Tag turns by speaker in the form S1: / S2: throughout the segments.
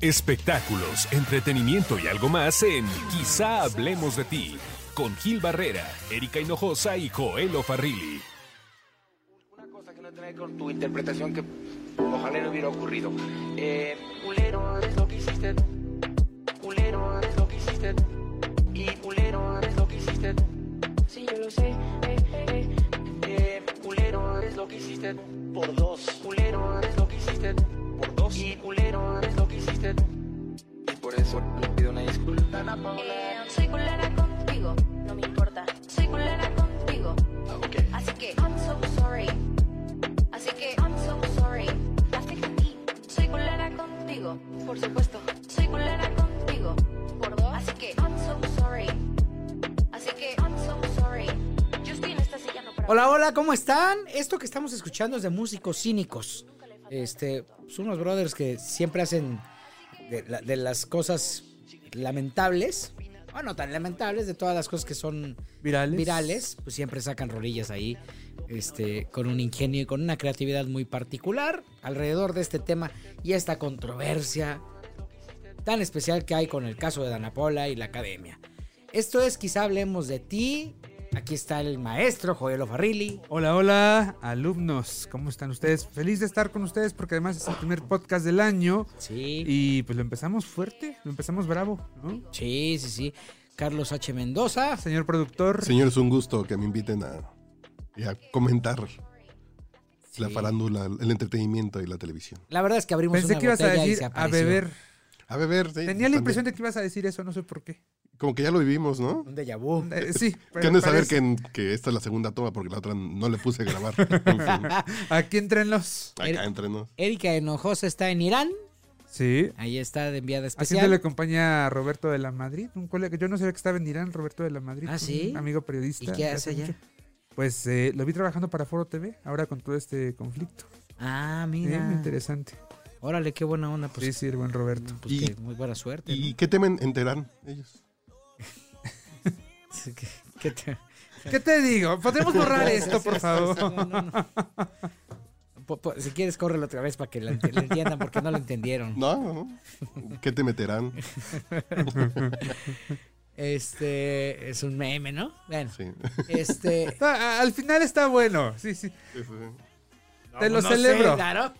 S1: Espectáculos, entretenimiento y algo más en Quizá hablemos de ti con Gil Barrera, Erika Hinojosa y Joel Farrilli.
S2: Una cosa que no trae con tu interpretación que ojalá no hubiera ocurrido. Eh, culero es lo que hiciste. Culero es lo que hiciste. Y culero es lo que hiciste.
S3: Sí, yo lo sé. Eh, eh.
S2: Eh, culero es lo que hiciste. Por dos. Culero es lo que hiciste. Por dos. Y culero es lo que hiciste. Y por eso le pido una disculpa. Ana Paola.
S3: Eh, soy culera contigo, no me importa. Soy culera contigo,
S2: Ok.
S3: así que I'm so sorry. Así que I'm so sorry. Hasta aquí. Soy culera contigo, por supuesto. Soy culera contigo, por dos. Así que I'm so sorry. Así que I'm so sorry. Yo estoy en esta silla no para.
S4: Hola, hola, ¿cómo están? Esto que estamos escuchando es de músicos cínicos. Este, son unos brothers que siempre hacen de, la- de las cosas lamentables, bueno, tan lamentables, de todas las cosas que son
S5: Virales.
S4: virales, pues siempre sacan rolillas ahí, este, con un ingenio y con una creatividad muy particular alrededor de este tema y esta controversia tan especial que hay con el caso de Dana Paula y la academia. Esto es Quizá hablemos de ti. Aquí está el maestro Joel Farrilli.
S5: Hola, hola, alumnos. ¿Cómo están ustedes? Feliz de estar con ustedes porque además es el primer podcast del año.
S4: Sí.
S5: Y pues lo empezamos fuerte, lo empezamos bravo, ¿no?
S4: Sí, sí, sí. Carlos H. Mendoza.
S5: Señor productor.
S6: Señor, es un gusto que me inviten a, y a comentar la
S4: Sí.
S6: farándula, el entretenimiento y la televisión.
S4: La verdad es que abrimos
S5: Pensé
S4: una
S5: que ibas a
S4: botella y
S5: decir
S4: se
S5: a
S4: apareció.
S5: beber.
S6: A beber, sí,
S5: Tenía la
S6: también.
S5: impresión de que ibas a decir eso, no sé por qué.
S6: Como que ya lo vivimos, ¿no?
S4: Un déjà vu.
S5: Eh, sí,
S6: Que han de saber
S5: parece-
S6: que, en- que esta es la segunda toma porque la otra no le puse a grabar. En fin,
S5: Aquí entren los.
S6: acá entre nos.
S4: Erika Enojosa está en Irán.
S5: Sí.
S4: Ahí está de enviada
S5: Haciéndole
S4: especial.
S5: acompaña a Roberto de la Madrid, un colega que yo no sabía que estaba en Irán, Roberto de la Madrid.
S4: Ah, ¿sí?
S5: Un amigo periodista.
S4: ¿Y
S5: de
S4: qué hace allá?
S5: mucho. Pues eh, lo vi trabajando para Foro TV, ahora con todo este conflicto.
S4: Ah,
S5: Bien
S4: mira.
S5: interesante.
S4: Órale, qué buena onda. Pues,
S5: sí, sí, el buen Roberto.
S4: pues
S6: Y-
S4: que muy buena suerte.
S6: ¿Y qué temen enterar ellos?
S4: ¿no? ¿Qué- qué te-
S5: ¿Qué te digo? ¿Podemos borrar esto, por favor?
S4: No, no, no. Po- po- si quieres, córrelo otra vez para que la ent- la entiendan porque no lo entendieron.
S6: No, no. ¿Qué te meterán?
S4: Este es un meme, ¿no? Bueno,
S6: Sí.
S4: este.
S5: No, a- al final está bueno. Sí, sí. Te lo
S4: No sé,
S5: celebro.
S4: claro.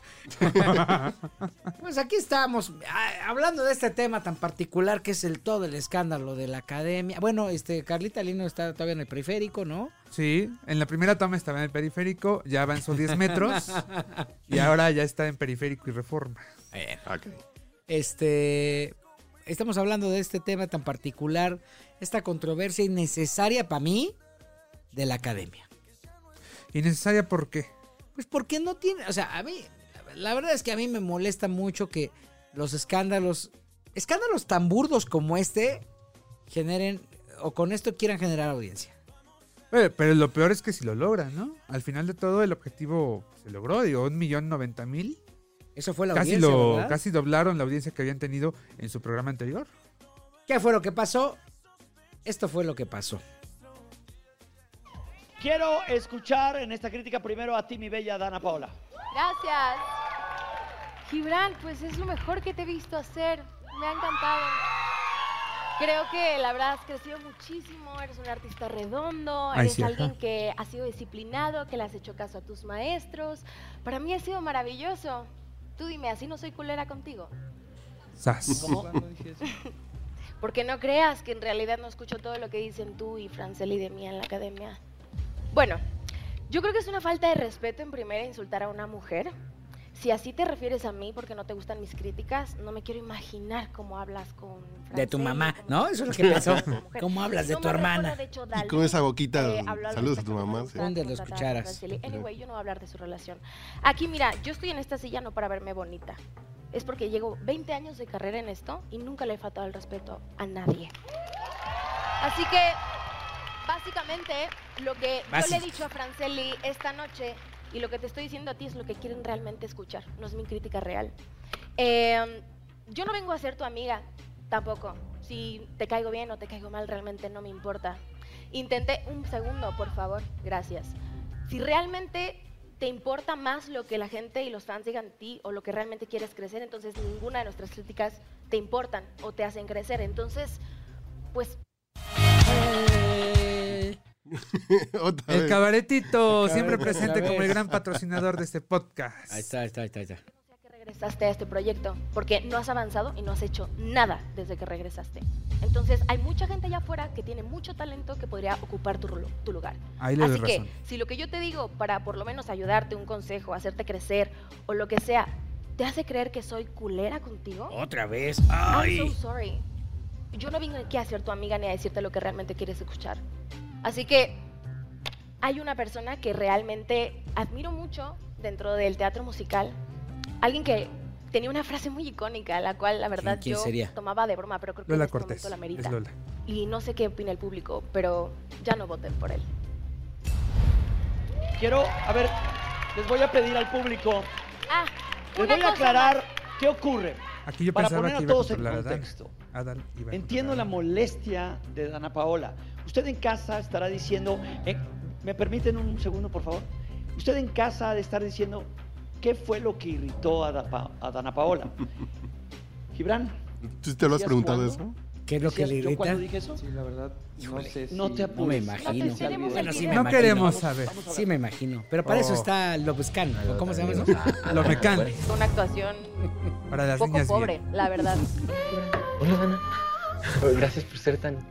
S4: pues aquí estamos ah, hablando de este tema tan particular que es el todo el escándalo de la academia. Bueno, este Carlita Lino está todavía en el periférico, ¿no?
S5: Sí, en la primera toma estaba en el periférico, ya avanzó 10 metros y ahora ya está en periférico y reforma.
S6: Ok.
S4: Este estamos hablando de este tema tan particular, esta controversia innecesaria para mí de la academia.
S5: ¿Innecesaria por qué?
S4: Pues porque no tiene, o sea, a mí la verdad es que a mí me molesta mucho que los escándalos escándalos tan burdos como este generen o con esto quieran generar audiencia.
S5: Eh, pero lo peor es que si lo logra, ¿no? Al final de todo el objetivo se logró, digo, un millón noventa mil.
S4: Eso fue la
S5: Casi,
S4: audiencia,
S5: lo,
S4: ¿verdad?
S5: casi doblaron la audiencia que habían tenido en su programa anterior.
S4: ¿Qué fue lo que pasó? Esto fue lo que pasó.
S7: Quiero escuchar en esta crítica primero a ti, mi bella Dana Paola.
S8: Gracias. Gibran, pues es lo mejor que te he visto hacer. Me ha encantado. Creo que la verdad has crecido muchísimo, eres un artista redondo,
S5: Ay,
S8: eres
S5: sí, ajá.
S8: alguien que ha sido disciplinado, que le has hecho caso a tus maestros. Para mí ha sido maravilloso. Tú dime, así no soy culera contigo.
S5: Sas.
S8: Porque no creas que en realidad no escucho todo lo que dicen tú y Franceli de mí en la academia. Bueno, yo creo que es una falta de respeto en primera insultar a una mujer. Si así te refieres a mí porque no te gustan mis críticas, no me quiero imaginar cómo hablas con
S4: De tu
S8: Franceli,
S4: mamá,
S8: cómo
S4: ¿no? Eso es lo que pensó.
S8: como mujer.
S4: ¿Cómo hablas de
S8: No
S4: tu
S8: me recuerdo,
S4: hermana?
S8: de hecho,
S6: Y
S8: Dalí,
S6: con esa boquita,
S8: eh, habló al
S6: saludos a
S8: respecto
S6: tu
S8: de
S6: mamá.
S8: cómo
S6: sí.
S4: Ponte
S8: contrataban
S4: los
S8: a
S4: cucharas.
S8: Franceli. Anyway, yo no voy a hablar de su relación. Aquí, mira, yo estoy en esta silla no para verme bonita. Es porque llevo 20 años de carrera en esto y nunca le he faltado el respeto a nadie. Así que, básicamente, lo que yo le he
S4: Básico.
S8: dicho a Franceli esta noche y lo que te estoy diciendo a ti es lo que quieren realmente escuchar, no es mi crítica real. Eh, yo no vengo a ser tu amiga, tampoco. Si te caigo bien o te caigo mal, realmente no me importa. Intenté un segundo, por favor, gracias. Si realmente te importa más lo que la gente y los fans digan de ti o lo que realmente quieres crecer, entonces ninguna de nuestras críticas te importan o te hacen crecer. Entonces, pues
S6: Otra
S5: El
S6: vez.
S5: cabaretito,
S4: El
S5: siempre
S4: cabaretito,
S5: presente
S4: otra
S5: como el
S4: vez.
S5: gran patrocinador de este podcast.
S4: Ahí está, ahí está, ahí está, ahí está.
S8: no sé que regresaste a este proyecto porque no has avanzado y no has hecho nada desde que regresaste. Entonces, hay mucha gente allá afuera que tiene mucho talento que podría ocupar tu, rulo- tu lugar.
S5: Ahí le doy
S8: Así que,
S5: razón.
S8: si lo que yo te digo para por lo menos ayudarte, un consejo, hacerte crecer o lo que sea, te hace creer que soy culera contigo,
S4: Otra vez.
S8: I'm
S4: ¡Ay!
S8: so sorry. Yo no vine aquí a ser tu amiga ni a decirte lo que realmente quieres escuchar. Así que hay una persona que realmente admiro mucho dentro del teatro musical. Alguien que tenía una frase muy icónica, la cual la verdad
S4: quién
S8: yo
S4: sería?
S8: tomaba de broma, pero creo que en
S5: Lola
S8: este
S5: Cortés.
S8: momento la merita.
S5: Es Lola.
S8: Y no sé qué opina el público, pero ya no voten por él.
S7: Quiero, a ver, les voy a pedir al público,
S8: Ah,
S7: les
S8: una
S7: voy a
S8: cosa
S7: aclarar
S8: más.
S7: qué ocurre.
S5: Aquí yo
S7: Para
S5: pensaba
S7: poner
S5: que
S7: a
S5: iba a
S7: todos en
S5: controlar a pues Dan.
S7: contexto.
S5: A Dan iba a
S7: Entiendo la
S5: controlar a Dan.
S7: molestia de Dana Paola. Usted en casa estará diciendo, eh, ¿me permiten un segundo, por favor? Usted en casa ha de estar diciendo, ¿qué fue lo que irritó a, Da- Pa- a Dana Paola? Gibran,
S6: ¿Tú te lo has
S7: ¿Decías
S6: preguntado
S7: cuándo?
S6: eso?
S4: ¿Qué es lo que le
S7: ¿yo
S4: irrita?
S7: cuando dije eso?
S9: Sí, la verdad, no
S4: Híjole,
S9: sé si...
S7: no te
S4: No me
S7: apures.
S4: imagino.
S8: tenemos
S4: Bueno,
S8: el
S4: sí me
S8: video.
S5: No
S4: imagino.
S5: queremos saber.
S4: Sí me imagino. Pero para eso
S5: Oh.
S4: está Lobescan. ¿o ¿Cómo se llama eso?
S5: Lo mecan
S8: Fue Una actuación
S5: para las
S8: poco
S5: niñas
S8: pobre,
S5: bien.
S8: la verdad.
S9: Hola, Dana. Gracias por ser tan...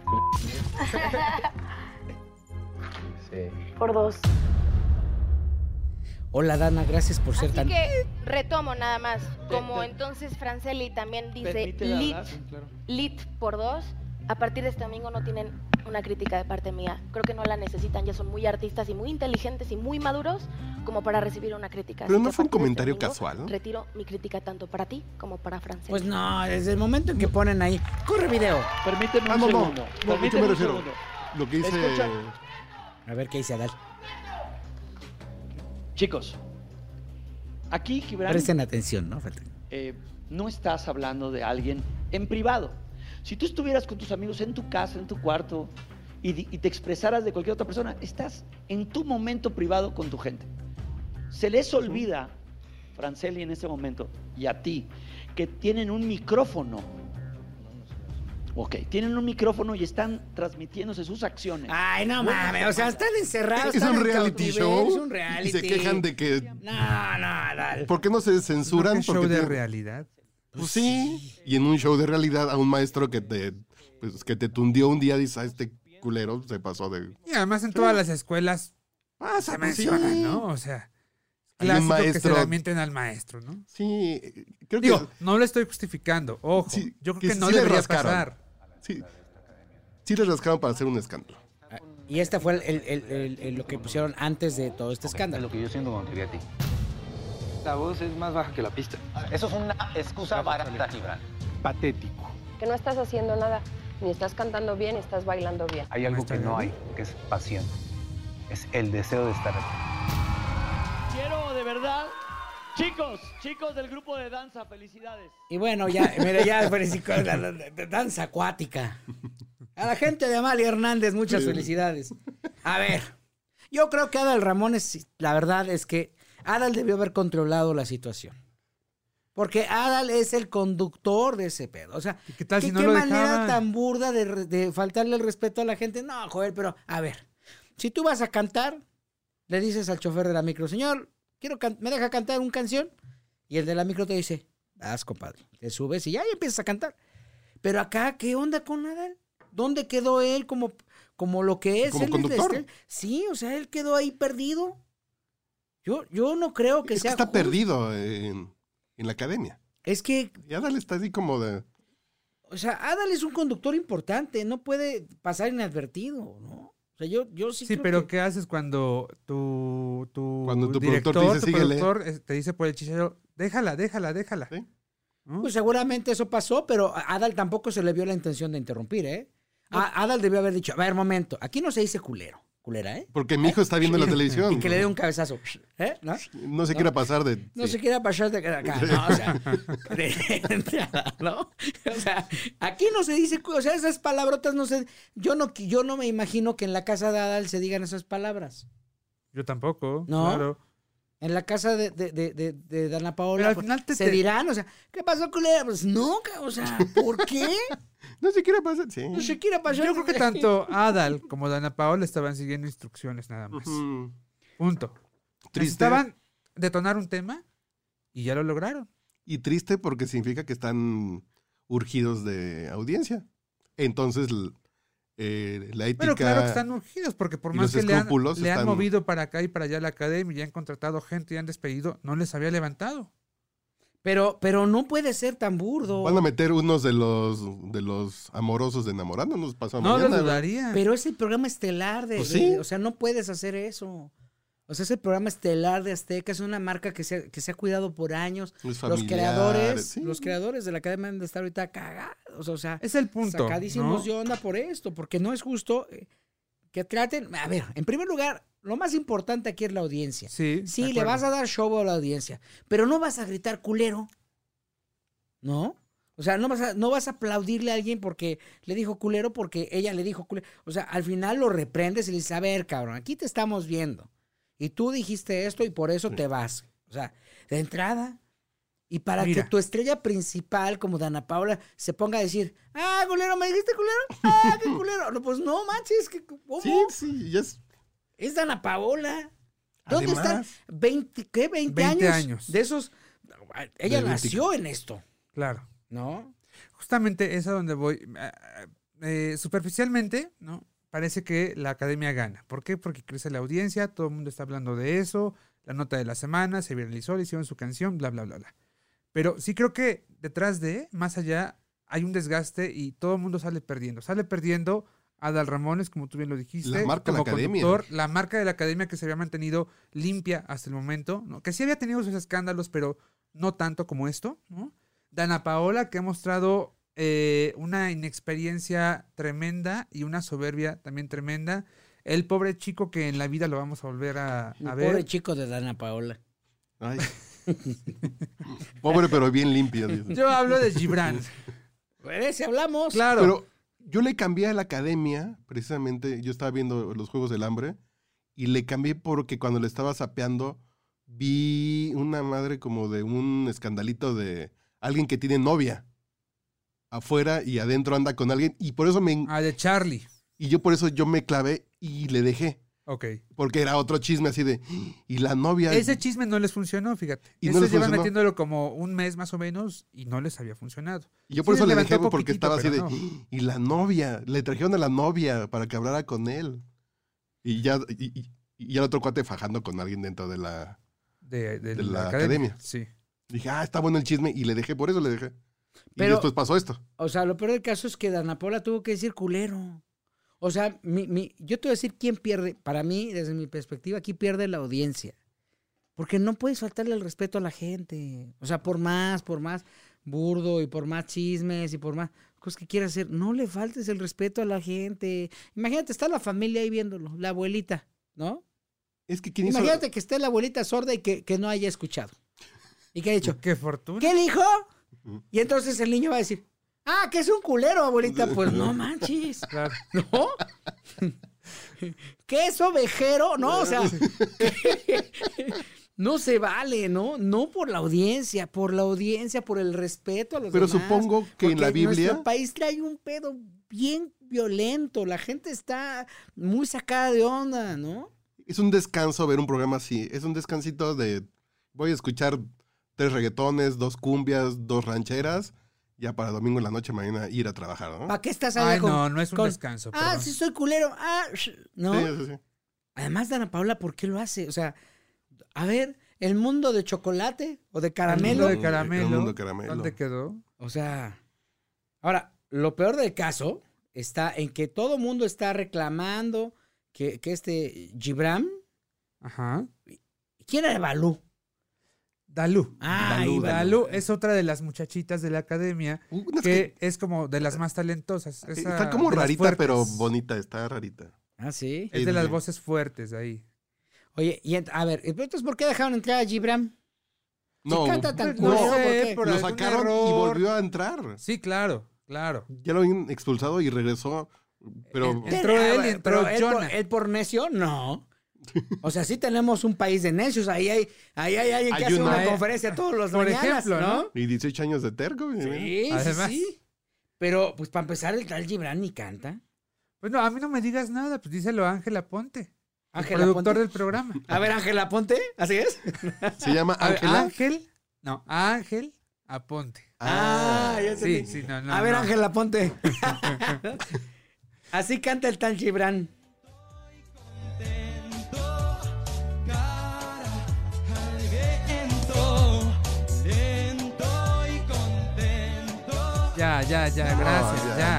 S9: Sí.
S8: Por dos.
S4: Hola, Dana, gracias por ser
S8: Así
S4: Pues tan...
S8: que retomo nada más. Como
S7: pe-
S8: entonces Franceli también dice
S7: Permíteme
S8: lit,
S7: hablar.
S8: lit por dos, a partir de este domingo no tienen una crítica de parte mía. Creo que no la necesitan, ya son muy artistas y muy inteligentes y muy maduros como para recibir una crítica.
S6: Pero
S8: Así
S6: no
S8: que a
S6: fue
S8: partir de
S6: un
S8: este
S6: comentario
S8: domingo,
S6: casual, ¿no?
S8: Retiro mi crítica tanto para ti como para Franceli.
S4: Pues no, desde el momento en que ponen ahí, corre video.
S7: Permíteme
S6: Ah,
S7: un
S6: no, no. No,
S7: segundo.
S6: ¿a qué me
S7: Permíteme un
S6: refiero?
S7: segundo.
S6: Lo que dice.
S7: Escucha.
S4: A ver qué dice Adal.
S7: Chicos, aquí Gibran...
S4: Presten atención, ¿no? Falta-
S7: eh, no estás hablando de alguien en privado. Si tú estuvieras con tus amigos en tu casa, en tu cuarto, y, di- y te expresaras de cualquier otra persona, estás en tu momento privado con tu gente. Se les olvida, Franceli en este momento, y a ti, que tienen un micrófono. Ok, tienen un micrófono y están transmitiéndose sus acciones.
S4: Ay, no mames, o sea, están encerrados.
S6: Es
S4: están
S6: un
S4: en
S6: reality
S4: cautiverio,
S6: show.
S4: Es un reality.
S6: Y se quejan de que.
S4: No, no, Adal.
S6: ¿Por qué no se
S5: ¿No
S6: censuran?
S5: que show
S6: Porque
S5: de
S6: tienen-
S5: realidad.
S6: Pues sí. Y en un show de realidad a un maestro que te, pues, que te tundió un día dice, "Ah, este culero se pasó de...
S5: Y además en todas las escuelas
S6: Ah,
S5: se
S6: pues sí.
S5: mencionan, ¿no? O sea,
S6: Hay un
S5: clásico que se
S6: maestro-
S5: lamenten al maestro, ¿no?
S6: Sí, creo que...
S5: Digo, no lo estoy justificando, ojo.
S6: Sí,
S5: yo creo que,
S6: que
S5: no
S6: sí le
S5: debería
S6: rascaron.
S5: pasar.
S6: Sí, sí les rascaron para hacer un escándalo.
S4: Y esta fue el- el- el- el- el- lo que pusieron antes de todo este escándalo.
S9: lo que yo siento cuando te vi a ti. La voz es más baja que la pista.
S10: Eso es una excusa barata, Gibran.
S9: Patético.
S11: que no estás haciendo nada, ni estás cantando bien, ni estás bailando bien.
S10: Hay algo
S5: está
S10: que no hay,
S5: bien.
S10: que es pasión. Es el deseo de estar aquí.
S7: Quiero de verdad, chicos, chicos del grupo de danza, felicidades.
S4: Y bueno, ya, mira, ya parecí con la- la- la- la danza acuática. A la gente de Amalia Hernández, muchas felicidades. A ver, yo creo que Adal Ramones, la verdad es que Adal debió haber controlado la situación. Porque Adal es el conductor de ese pedo. O sea,
S5: ¿Y qué tal si no
S4: qué
S5: lo
S4: manera
S5: dejaban?
S4: tan burda de, re- de faltarle el respeto a la gente? No, joder, pero a ver, si tú vas a cantar, le dices al chofer de la micro, señor, quiero can- ¿me deja cantar una canción? Y el de la micro te dice, vas, compadre. Te subes y ya, ya empiezas a cantar. Pero acá, ¿qué onda con Adal? ¿Dónde quedó él como, como lo que es?
S6: Como
S4: Él es la
S6: conductor.
S4: estrella. Sí, o sea, él quedó ahí perdido. Yo, yo no creo que
S6: es que
S4: sea
S6: está
S4: justo.
S6: perdido en, en la academia.
S4: Es que,
S6: Ya dale, está así como de...
S4: o sea, Adal es un conductor importante, no puede pasar inadvertido, ¿no? O sea, yo, yo sí,
S5: Sí,
S4: creo
S5: pero
S4: que...
S5: ¿qué haces cuando tu, tu,
S6: Cuando tu
S5: director,
S6: productor te dice,
S5: tu
S6: "Síguele"?
S5: productor, eh, te dice por el chichero, déjala, déjala, déjala?
S6: Sí.
S5: ¿No?
S4: Pues seguramente eso pasó, pero a Adal tampoco se le vio la intención de interrumpir, ¿eh?
S5: Pues
S4: A- Adal debió haber dicho, a ver, momento, aquí no se dice culero, culera, ¿eh?
S6: Porque mi hijo está viendo la televisión.
S4: Y que le dé un cabezazo, ¿eh? ¿No?
S6: No se quiera pasar de...
S4: No
S6: sí.
S4: se quiera pasar de acá. No, o sea, de- ¿no? O sea, aquí no se dice, cu- o sea, esas palabrotas no se. Yo no, qui- yo no me imagino que en la casa de Adal se digan esas palabras.
S5: Yo tampoco,
S4: ¿No?
S5: claro.
S4: En la casa de, de, de, de, de Dana Paola.
S5: Pero al
S4: pues,
S5: final este te-
S4: se
S5: te-
S4: dirán, o sea, ¿qué pasó, culera? Pues no, ca- o sea, ¿por qué?
S6: No siquiera pasa, sí.
S4: No se quiera pasar.
S5: Yo creo que tanto Adal como Dana Paola estaban siguiendo instrucciones nada más.
S6: Ujú.
S5: Punto. Pues,
S6: Triste.
S5: Necesitaban detonar un tema y ya lo lograron.
S6: Y triste porque significa que están urgidos de audiencia. Entonces, l- eh, la ética...
S5: Pero claro que están urgidos, porque por
S6: y
S5: más
S6: los
S5: que le han,
S6: escrúpulos
S5: le han
S6: están-
S5: movido para acá y para allá la academia, y han contratado gente y han despedido, no les había levantado.
S4: Pero, pero no puede ser tan burdo.
S6: Van a meter unos de los, de los amorosos de enamorándonos. Pasa
S5: No lo
S6: mañana, güey.
S5: dudaría.
S4: Pero es el programa estelar de,
S6: Pues
S4: de-
S6: sí.
S4: o sea, no puedes hacer eso. O sea, es el programa estelar de Azteca, es una marca que se, ha- que se ha cuidado por años.
S6: Los
S4: Los
S6: familiares,
S4: creadores,
S6: sí.
S4: los creadores de la academia han de estar ahorita cagados, o sea,
S5: Es el punto.
S4: sacadísimos
S5: ¿no?
S4: de onda por esto, porque no es justo eh, que traten, a ver, en primer lugar, lo más importante aquí es la audiencia.
S5: Sí, de
S4: Sí, le
S5: acuerdo.
S4: vas a dar show a la audiencia, pero no vas a gritar culero. ¿No? O sea, no vas a, no vas a aplaudirle a alguien porque le dijo culero, porque ella le dijo culero. O sea, al final lo reprendes y le dices, a ver, cabrón, aquí te estamos viendo. Y tú dijiste esto y por eso te vas. O sea, de entrada. Y para
S5: Mira.
S4: que tu estrella principal, como Dana Paula, se ponga a decir, ah, culero, ¿me dijiste culero? Ah, qué culero. No, pues no, manches, que, ¿cómo?
S6: Sí, sí, ya es...
S4: Es Dana Paola. ¿Dónde
S6: Además-
S4: están? 20, ¿Qué? 20,
S5: 20
S4: años,
S5: años.
S4: De esos. Ella
S6: De 20.
S4: nació en esto,
S5: Claro.
S4: ¿no?
S5: Justamente es a donde voy. Ah, ah, eh, superficialmente, ¿no? Parece que la academia gana. ¿Por qué? Porque crece la audiencia, todo el mundo está hablando de eso, la nota de la semana, se viralizó, le hicieron su canción, bla, bla, bla, bla. Pero sí creo que detrás de, más allá, hay un desgaste y todo el mundo sale perdiendo. Sale perdiendo Adal Ramones, como tú bien lo dijiste.
S6: La marca de
S5: como
S6: la academia.
S5: conductor, la marca de la academia que se había mantenido limpia hasta el momento, ¿no? Que sí había tenido sus escándalos, pero no tanto como esto, ¿no? Dana Paola, que ha mostrado eh, una inexperiencia tremenda y una soberbia también tremenda. El pobre chico que en la vida lo vamos a volver a,
S4: El
S5: a ver.
S4: pobre chico de Dana Paola.
S6: Ay. Pobre, pero bien limpio. dice.
S5: Yo hablo de Gibran.
S4: Pues, si hablamos.
S5: Claro.
S6: Pero yo le cambié a la academia, precisamente, yo estaba viendo los Juegos del Hambre, y le cambié porque cuando le estaba sapeando, vi una madre como de un escandalito de alguien que tiene novia afuera y adentro anda con alguien, y por eso me...
S5: Ah, de Charlie.
S6: Y yo por eso yo me clavé y le dejé,
S5: Ok.
S6: porque era otro chisme así de... Y la novia...
S5: Ese chisme no les funcionó, fíjate.
S6: Y no
S5: Ese
S6: les
S5: llevan
S6: funcionó.
S5: metiéndolo como un mes más o menos y no les había funcionado.
S6: Y yo por
S5: Sí,
S6: eso
S5: les
S6: le
S5: levantó
S6: dejé porque
S5: poquitito,
S6: estaba así de,
S5: pero
S6: y la novia, le trajeron a la novia para que hablara con él. Y ya, y, y- y el otro cuate fajando con alguien dentro de la...
S5: De, de
S6: De
S5: la,
S6: la
S5: academia.
S6: academia.
S5: Sí.
S6: Dije, ah, está bueno el chisme, y le dejé, por eso le dejé. y
S4: Pero-
S6: después pasó esto.
S4: O sea, lo peor del caso es que Dana Paola tuvo que decir culero. O sea, mi- mi- yo te voy a decir quién pierde. Para mí, desde mi perspectiva, aquí pierde la audiencia. Porque no puedes faltarle el respeto a la gente. O sea, por más, por más burdo y por más chismes y por más cosas que quieras hacer, no le faltes el respeto a la gente. Imagínate, está la familia ahí viéndolo, la abuelita, ¿no?
S6: Es que quién hizo...
S4: Imagínate que esté la abuelita sorda y que, que no haya escuchado. Y que ha dicho,
S5: Qué fortuna.
S4: ¿Qué dijo?
S6: Ujú.
S4: Y entonces el niño va a decir, ah, que es un culero, abuelita. Pues no manches,
S5: Claro.
S4: ¿no? ¿Qué es ovejero? No, o sea, no se vale, ¿no? No por la audiencia, por la audiencia, por el respeto a los
S6: Pero
S4: demás.
S6: supongo que en la
S4: Porque
S6: Biblia...
S4: Nuestro país trae un pedo bien violento, la gente está muy sacada de onda, ¿no?
S6: Es un descanso ver un programa así. Es un descansito de. Voy a escuchar tres reggaetones, dos cumbias, dos rancheras. Ya para domingo en la noche, mañana ir a trabajar, ¿no?
S4: ¿Para qué estás allá
S5: Ay,
S4: con-
S5: no, no es un
S4: con-
S5: descanso.
S4: Ah,
S5: perdón.
S4: sí, soy culero. Ah, sh- no.
S6: Sí, sí, sí.
S4: Además, Dana Paula, ¿por qué lo hace? O sea, a ver, el mundo de chocolate o de
S5: El
S4: caramelo.
S5: mundo de caramelo.
S6: El mundo de caramelo.
S5: ¿Dónde quedó?
S4: O sea, ahora, lo peor del caso está en que todo mundo está reclamando que, que este Gibram,
S5: Ajá.
S4: ¿quién era Balú?
S5: Dalú.
S4: Ah,
S5: Dalú,
S4: ahí va.
S5: Dalú es otra de las muchachitas de la academia
S6: Uh, Unas
S5: que es como de las más talentosas.
S6: que-
S5: esa-
S6: está como
S5: de las
S6: rarita, pero
S5: fuertes.
S6: bonita. Está rarita.
S4: Ah, sí.
S5: Es de las
S6: Sí.
S5: voces fuertes de ahí.
S4: Oye, y ent- a ver, entonces, ¿por qué dejaron entrar a Gibram? canta tan
S5: Pues no
S4: culero,
S5: sé,
S4: ¿por qué?
S5: por
S6: lo
S5: algún
S6: sacaron y
S5: error.
S6: volvió a entrar.
S5: Sí, claro, claro.
S6: Ya lo habían expulsado y regresó. Pero.
S5: Eh, Entró él y entró
S4: pero él por-
S5: Jonah.
S4: ¿Él por necio? No. O sea, sí tenemos un país de necios. Ahí hay, ahí hay alguien que
S6: Hay
S4: hace
S6: un
S4: una
S6: maestro.
S4: conferencia todos los
S5: Por
S4: mañanas,
S5: ejemplo,
S4: ¿no?
S5: ¿no?
S6: Y 18 años de terco. güey, mira.
S4: Sí,
S5: Además.
S4: sí, sí. Pero, pues, para empezar, el tal Gibran ni canta.
S5: Pues no, a mí no me digas nada, pues díselo a Ángela Ponte, el
S4: Ángela
S5: productor
S4: Ponte.
S5: del programa.
S4: A ver, Ángela Ponte, ¿así es?
S6: Se llama
S5: A ver,
S6: Ángela.
S5: Ángel, no, Ángel Aponte.
S4: Ah, ya
S5: Sí,
S4: entendí.
S5: sí, no, no.
S4: a ver,
S5: no.
S4: Ángela Ponte. Así canta el tal Gibran.
S5: Ya, ya, ya, ah, gracias,
S6: ya.
S5: ya.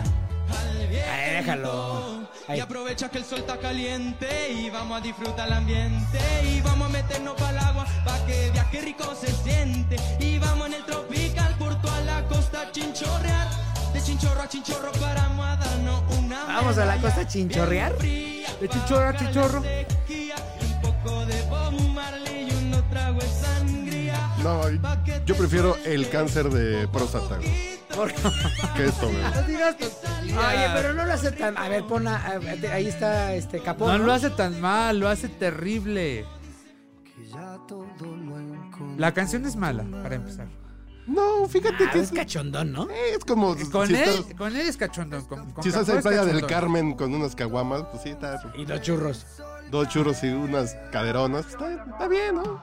S4: Ahí, déjalo. Ahí.
S9: aprovecha que el sol está caliente y vamos a disfrutar el ambiente y vamos a meternos para el agua para que veas qué rico se siente y vamos en el tropical por toda la costa a chinchorrear de chinchorro a chinchorro paramos a darnos una
S4: Vamos a la costa a chinchorrear.
S5: De chichorro a chichorro.
S6: No, yo prefiero el cáncer de próstata, güey,
S4: Por-
S6: que esto, güey.
S5: No digas
S4: Oye,
S5: tonterías.
S4: pero no lo hace tan. A ver, pon a- a- ahí está este Capón.
S5: No
S4: ¿no?
S5: lo hace tan mal, lo hace terrible. La canción es mala, para empezar.
S6: No, fíjate
S4: Ah,
S6: que
S4: es
S6: es,
S4: cachondón, ¿no?
S6: es como
S5: Con
S6: si
S5: él,
S6: estás,
S5: con él es cachondo. Con, con
S6: si estás
S5: Capó
S6: en
S5: es
S6: Playa del
S5: cachondo.
S6: Carmen con unas caguamas, pues sí, está,
S4: Y los churros.
S6: dos churros y unas caderonas, pues, está, está bien, ¿no?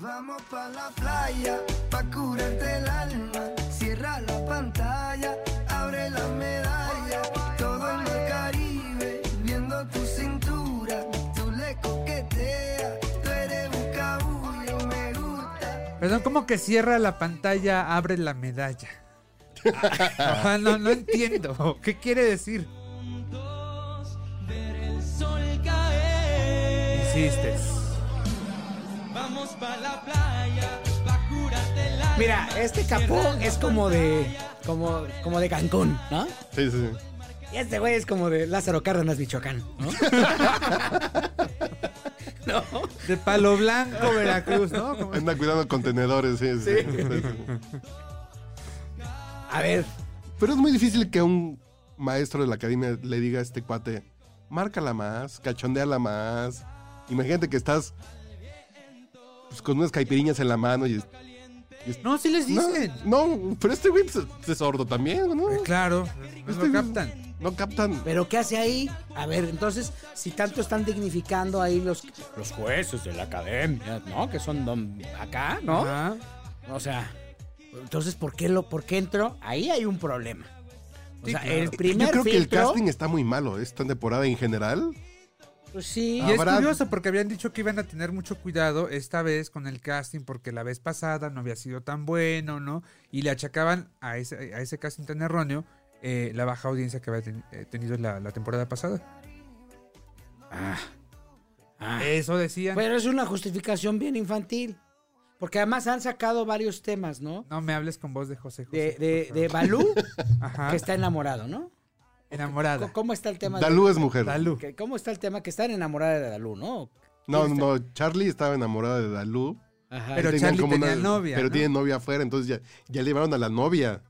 S9: Vamos pa' la playa, pa' curarte el alma. Cierra la pantalla, abre la medalla. Todo en el Caribe, viendo tu cintura. Tú le coqueteas, tú eres un cabullo, me gusta.
S5: Perdón, como que cierra la pantalla, abre la medalla. Ajá, no, no entiendo. ¿Qué quiere decir?
S9: Ver el sol caer.
S5: Insistes.
S9: Vamos pa' la playa, pa' curarte el alma.
S4: Mira, este Capón es como de. Como, como de Cancún, ¿no?
S6: Sí, sí, sí.
S4: Y este güey es como de Lázaro Cárdenas, Michoacán, ¿no? ¿No?
S5: De Palo Blanco, Veracruz, ¿no? Como-
S6: Anda cuidando contenedores, sí, sí, sí.
S4: A ver,
S6: Pero es muy difícil que un maestro de la academia le diga a este cuate, márcala más, cachondeala más. Imagínate que estás pues, con unas caipiriñas en la mano y...
S5: No, sí les dicen.
S6: No, no, pero este güey pues, es sordo también, ¿no?
S5: Eh, claro, no
S6: Este-
S5: lo captan.
S6: No captan.
S4: pero ¿qué hace ahí? A ver, entonces, si tanto están dignificando ahí los, los jueces de la academia, ¿no? Que son don- acá, ¿no?
S5: Ajá.
S4: O sea, entonces, ¿por qué, lo, ¿por qué entró? Ahí hay un problema. O
S5: Sí,
S4: sea,
S5: claro.
S4: el primer
S6: Yo creo que el
S4: filtro,
S6: casting está muy malo ¿eh? esta temporada en general.
S4: pues sí.
S5: Y es
S6: Habrá-
S5: curioso porque habían dicho que iban a tener mucho cuidado esta vez con el casting porque la vez pasada no había sido tan bueno, ¿no? Y le achacaban a ese, a ese casting tan erróneo eh, la baja audiencia que había ten- eh, tenido la, la temporada pasada.
S4: Ah. Ah.
S5: Eso decían.
S4: Pero es una justificación bien infantil. Porque además han sacado varios temas, ¿no?
S5: No me hables con voz de José José.
S4: De,
S5: por
S4: de,
S5: favor.
S4: de Balú,
S5: Ajá.
S4: que está enamorado, ¿no?
S5: Enamorada.
S4: Co- ¿Cómo está el tema? de-
S6: Dalú es mujer.
S5: Salud.
S4: que- ¿Cómo está el tema? Que están enamorada de Dalú, ¿no?
S6: No, no, Charlie estaba enamorada de Dalú.
S4: Ajá.
S5: Pero
S6: Tenían
S5: Charlie
S6: como
S5: tenía novia,
S6: Pero
S5: ¿no?
S6: tiene novia afuera, entonces ya, ya le llevaron a la novia.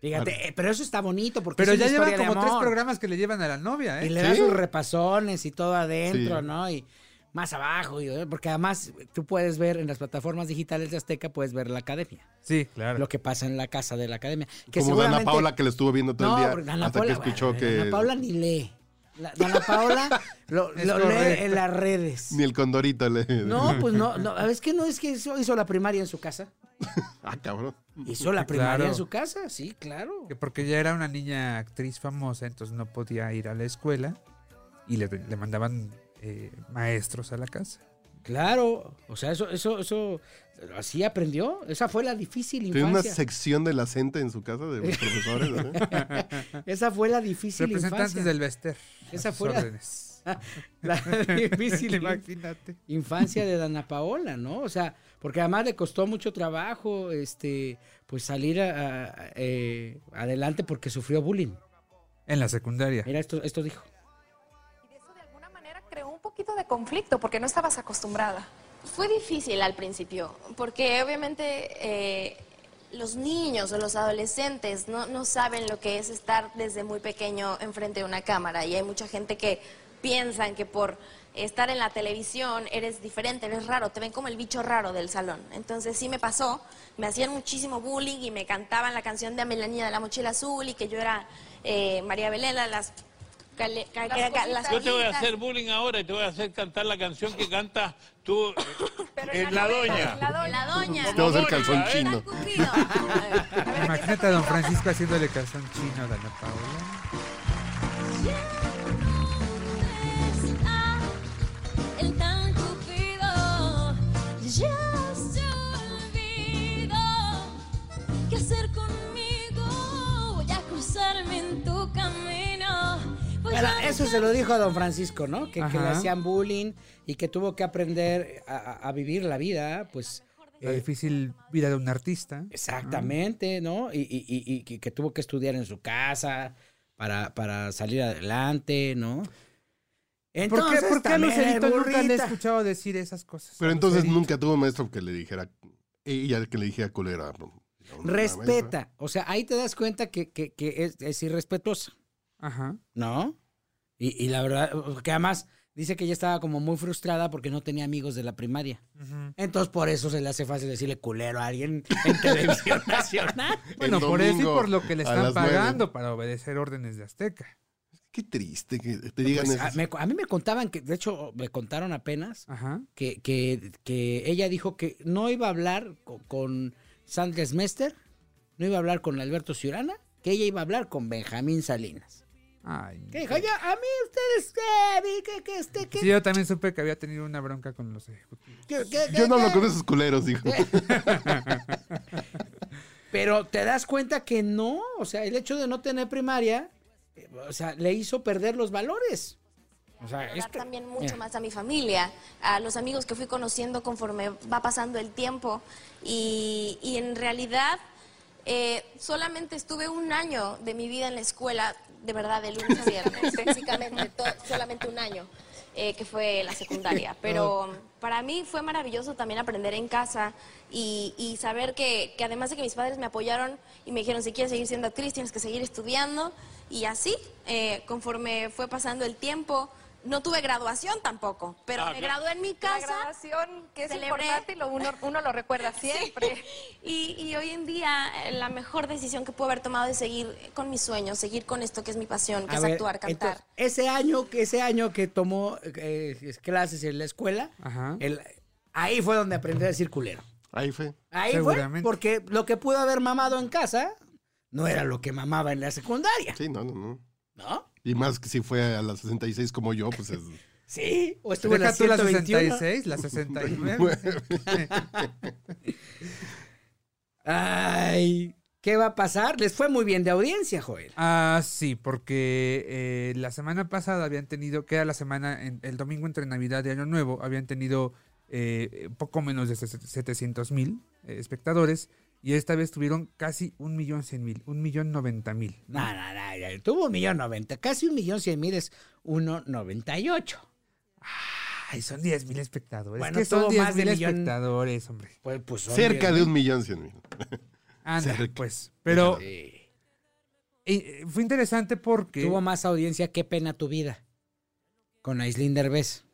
S4: Fíjate, eh, pero eso está bonito porque
S5: Pero
S4: es una
S5: ya llevan
S4: historia de
S5: como tres
S4: amor.
S5: programas que le llevan a la novia,
S4: Y
S5: ¿eh?
S4: le da
S6: Sí.
S4: sus repasones y todo adentro,
S6: Sí.
S4: ¿no? Y más abajo, y, eh, porque además tú puedes ver en las plataformas digitales de Azteca, puedes ver la academia,
S5: Sí, claro.
S4: lo que pasa en la casa de la academia. Que
S6: Como Dana
S4: seguramente-
S6: Paula que le estuvo viendo todo
S4: No,
S6: el
S4: porque eh,
S6: día.
S4: Dana
S6: hasta
S4: Paula,
S6: que escuchó
S4: bueno,
S6: que
S4: Dana Paula ni lee. La- Dana Paula lo,
S5: Es
S4: lo lee
S5: correcto.
S4: en las redes.
S6: ni el condorito le.
S4: No, pues no, no, es que no, es que hizo, hizo la primaria en su casa. pues,
S6: Ah, cabrón.
S4: Hizo la primaria
S5: Claro.
S4: en su casa, sí, claro.
S5: Que porque ya era una niña actriz famosa, entonces no podía ir a la escuela y le, le mandaban eh, maestros a la casa.
S4: Claro, o sea, eso, eso, eso, así aprendió. Esa fue la difícil
S6: Tiene una
S4: infancia.
S6: sección de la gente en su casa de profesores. ¿no?
S4: Esa fue la difícil
S5: Representantes
S4: infancia.
S5: del Vester.
S4: Esa
S5: a sus
S4: fue la-
S5: órdenes.
S4: La difícil in-
S5: Imagínate.
S4: infancia de Dana Paola, ¿no? O sea, porque además le costó mucho trabajo, este, pues salir a- a- eh, adelante porque sufrió bullying.
S5: En la secundaria.
S4: Mira, esto, esto dijo.
S12: Y eso de alguna manera creó un poquito de conflicto porque no estabas acostumbrada.
S13: Fue difícil al principio, porque obviamente eh, los niños o los adolescentes no, no saben lo que es estar desde muy pequeño enfrente de una cámara y hay mucha gente que piensan que por
S8: estar en la televisión, eres diferente, eres raro, te ven como el bicho raro del salón. Entonces sí me pasó, me hacían muchísimo bullying y me cantaban la canción de Melanía de la Mochila Azul y que yo era eh, María Belén, la- las... cale- ca- ca- ca- las
S14: Yo te voy a
S8: gallitas.
S14: hacer bullying ahora y te voy a hacer cantar la canción que cantas tú, eh, eh, la, doña.
S8: La doña.
S14: Te voy a hacer calzón
S8: Está
S14: chino.
S8: cupido.
S5: Imagínate a don Francisco haciéndole calzón chino a Dana Paola.
S15: Ah, el tan cupido ya se olvidó qué hacer conmigo voy a cruzarme en tu camino
S8: Pues
S15: Voy
S4: Pero
S15: a-
S4: eso se lo dijo a don Francisco, ¿no? Que, que le
S5: Ajá.
S4: hacían bullying y que tuvo que aprender a, a- a vivir la vida, pues...
S5: La difícil vida de un artista.
S4: Exactamente, ¿no? Y, y- y- y que- que tuvo que estudiar en su casa para, para salir adelante, ¿no?
S5: ¿Por qué, por qué a
S4: también el
S5: Lucerito nunca le he
S4: burrito.
S5: escuchado decir esas cosas?
S6: Pero entonces
S5: Lucerito.
S6: nunca tuvo maestro que le dijera, ella que le dijera culera. no, no, maestra.
S4: Respeta. O sea, ahí te das cuenta que, que- que es, es irrespetuosa,
S5: Ajá.
S4: ¿no? Y, y la verdad, que además dice que ella estaba como muy frustrada porque no tenía amigos de la primaria. Entonces, por eso se le hace fácil decirle culero a alguien en televisión nacional.
S5: Bueno, por eso y por lo que le
S6: a
S5: están
S6: las nueve.
S5: pagando para obedecer órdenes de Azteca.
S6: Qué triste que te digan
S4: Pues, a,
S6: eso.
S4: me- a mí me contaban que, de hecho, me contaron apenas que, que- que ella dijo que no iba a hablar co- con, Sandra Smester, no iba a hablar con Alberto Ciurana, que ella iba a hablar con Benjamín Salinas.
S5: Ay,
S4: Que dijo, "Ya, a mí ustedes, eh, vi que, que este, que,
S5: Sí, yo también supe que había tenido una bronca con los ejecutivos.
S4: que- que-
S6: Yo no
S4: que-
S6: hablo con esos culeros, dijo.
S4: Eh. Pero te das cuenta que no, o sea, el hecho de no tener primaria, eh, o sea, le hizo perder los valores. O sea, eh.
S8: valorar
S4: esto-
S8: también
S4: Mira.
S8: mucho más a mi familia, a los amigos que fui conociendo conforme va pasando el tiempo. Y, y en realidad eh, solamente estuve un año de mi vida en la escuela, de verdad, de lunes a viernes, básicamente to- solamente un año, eh, que fue la secundaria. Pero para mí fue maravilloso también aprender en casa y, y saber que, que además de que mis padres me apoyaron y me dijeron, si quieres seguir siendo actriz, tienes que seguir estudiando. Y así, eh, conforme fue pasando el tiempo, no tuve graduación tampoco, pero
S16: Ah,
S8: me
S16: claro.
S8: gradué en mi
S16: La
S8: casa.
S16: graduación, que es importante y lo- uno-
S8: lo recuerda siempre. Y, y hoy en día eh, la mejor decisión que puedo haber tomado es seguir con mis sueños, seguir con esto que es mi pasión, que
S4: A
S8: es
S4: ver,
S8: actuar, cantar.
S4: entonces, ese año, que ese año que tomó eh, clases en la escuela, el- ahí fue donde aprendió a decir culero.
S6: Ahí fue.
S4: Ahí fue porque lo que pudo haber mamado en casa no era lo que mamaba en la secundaria.
S6: Sí, no, no, no.
S4: ¿No?
S6: Y más que si fue a las 66 como yo, pues es...
S4: Sí, o estuvo en
S5: Deja
S4: la
S5: tú la
S4: 121.
S5: 66, la 69.
S4: Ay, ¿qué va a pasar? Les fue muy bien de audiencia, Joel.
S5: Ah, sí, porque eh, la semana pasada habían tenido, que era la semana, en- el domingo entre Navidad y Año Nuevo, habían tenido eh, poco menos de 700 mil eh, espectadores y esta vez tuvieron casi un millón cien mil, un millón noventa mil.
S4: No, no, no, ya, tuvo un millón noventa, casi un millón cien mil es uno noventa y ocho.
S5: Ay, son 10 mil espectadores.
S4: Bueno,
S5: que son
S4: tuvo
S5: 10
S4: más de
S5: mil
S4: millón.
S5: espectadores, hombre.
S4: Pues, pues son
S6: Cerca
S4: 10,000.
S6: de un millón cien mil.
S5: Anda,
S6: Cerca.
S5: pues. Pero
S4: Sí.
S5: eh, eh, fue interesante porque...
S4: Tuvo más audiencia, qué pena tu vida. Con Aislinn Derbez.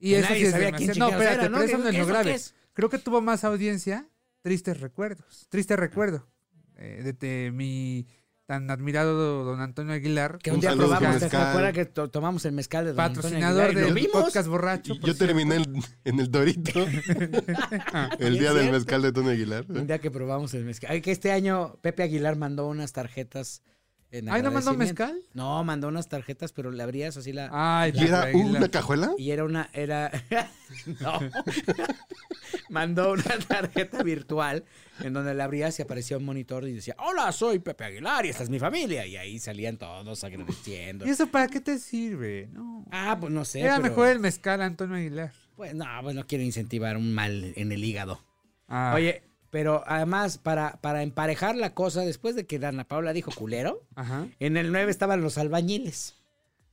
S5: Y eso
S4: Nadie
S5: sí es
S4: sabía quién
S5: demasiado. No,
S4: chingados
S5: espérate,
S4: era, ¿no?
S5: pero eso no es lo
S4: ¿Eso qué
S5: grave.
S4: es?
S5: Creo que tuvo más audiencia Tristes Recuerdos. Triste Recuerdo. eh, de, de mi tan admirado don Antonio Aguilar.
S4: Que un, día
S5: saludo
S4: probamos, ¿te
S5: mezcal,
S4: acuerdas que to- tomamos el mezcal de Don Antonio
S5: Patrocinador
S4: Aguilar y lo
S5: del
S4: vimos?
S5: podcast borracho.
S6: Y
S5: por
S6: Yo terminé en, en el Dorito el día
S4: ¿Es
S6: del
S4: cierto?
S6: mezcal de Tony Aguilar.
S4: Un día que probamos el mezcal. Ay, que este año Pepe Aguilar mandó unas tarjetas. En
S5: Ay, ¿no mandó
S4: agradecimiento.
S5: mezcal?
S4: No, mandó unas tarjetas, pero le abrías así la.
S5: Ay,
S4: la-
S6: ¿Y era
S4: la-
S6: una cajuela?
S4: Y era una, era, no, mandó una tarjeta virtual en donde la abrías y aparecía un monitor y decía, hola, soy Pepe Aguilar y esta es mi familia. Y ahí salían todos agradeciendo.
S5: ¿Y eso para qué te sirve? No.
S4: Ah, pues no sé.
S5: Era
S4: pero-
S5: mejor el mezcal Antonio Aguilar.
S4: Pues no, pues no quiero incentivar un mal en el hígado.
S5: Ah.
S4: Oye, pero además, para, para emparejar la cosa, después de que Dana Paula dijo culero,
S5: Ajá.
S4: en el 9 estaban los albañiles.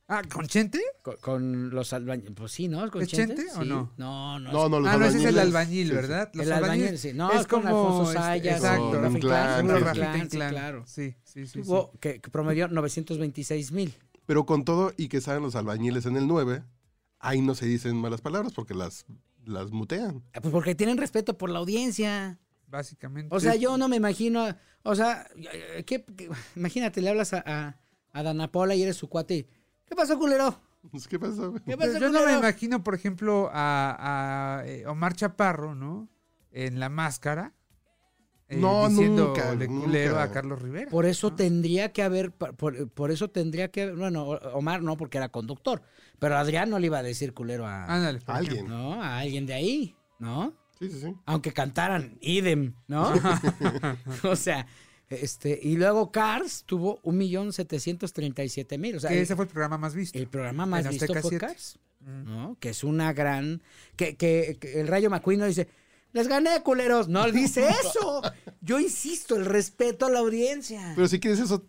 S5: Ah, ¿con Chente?
S4: Con, con los albañiles. Pues sí, ¿no? ¿Con
S5: ¿Es Chente o
S4: Sí.
S5: no?
S4: No, no.
S6: No, no, los
S5: ah, no, ese es el
S6: albañiles.
S5: albañil,
S6: Sí, sí.
S5: ¿verdad?
S4: El albañil, sí. No, es con Alfonso
S5: este,
S4: Sayas,
S5: Exacto.
S6: con
S5: Rafa
S6: Rafa Inclán,
S5: Inclán,
S6: sí,
S5: Rafa
S4: Inclán, sí,
S5: Inclán.
S4: claro.
S5: Sí, sí, sí. sí.
S4: Tuvo- Que, que promedió 926 mil.
S6: Pero con todo y que salen los albañiles en el 9, ahí no se dicen malas palabras porque las, las mutean.
S4: Pues porque tienen respeto por la audiencia.
S5: Básicamente.
S4: O sea, yo no me imagino. O sea, ¿qué- qué- imagínate, le hablas a, a, a Dana Paula y eres su cuate. y, ¿Qué pasó, culero?
S6: ¿Qué pasó?
S4: ¿Qué pasó,
S5: Pues yo no me
S4: culero?
S5: imagino, por ejemplo, a, a, eh, Omar Chaparro, ¿no? En la máscara. eh,
S6: No,
S5: diciendo
S6: nunca,
S5: de culero
S6: nunca.
S5: a Carlos Rivera.
S4: Por eso tendría que haber, por, por- por eso tendría que haber, bueno, O- Omar no, porque era conductor, pero Adrián no le iba a decir culero a,
S5: Ándale, por
S4: a
S6: alguien.
S4: No, a alguien de ahí, ¿no?
S6: Sí, sí, sí.
S4: Aunque cantaran idem, ¿no? o sea, este, y luego Cars tuvo 1.737.000. O sea,
S5: que
S4: el-
S5: ese fue el programa más visto.
S4: el programa más
S5: en
S4: visto
S5: Azteca Mm.
S4: fue
S5: 7.
S4: Cars, ¿no? Que es una gran, que, que- que el Rayo McQueen no dice, les gané, culeros, no dice eso. Yo insisto, el respeto a la audiencia.
S5: Pues,
S6: Pero si quieres eso,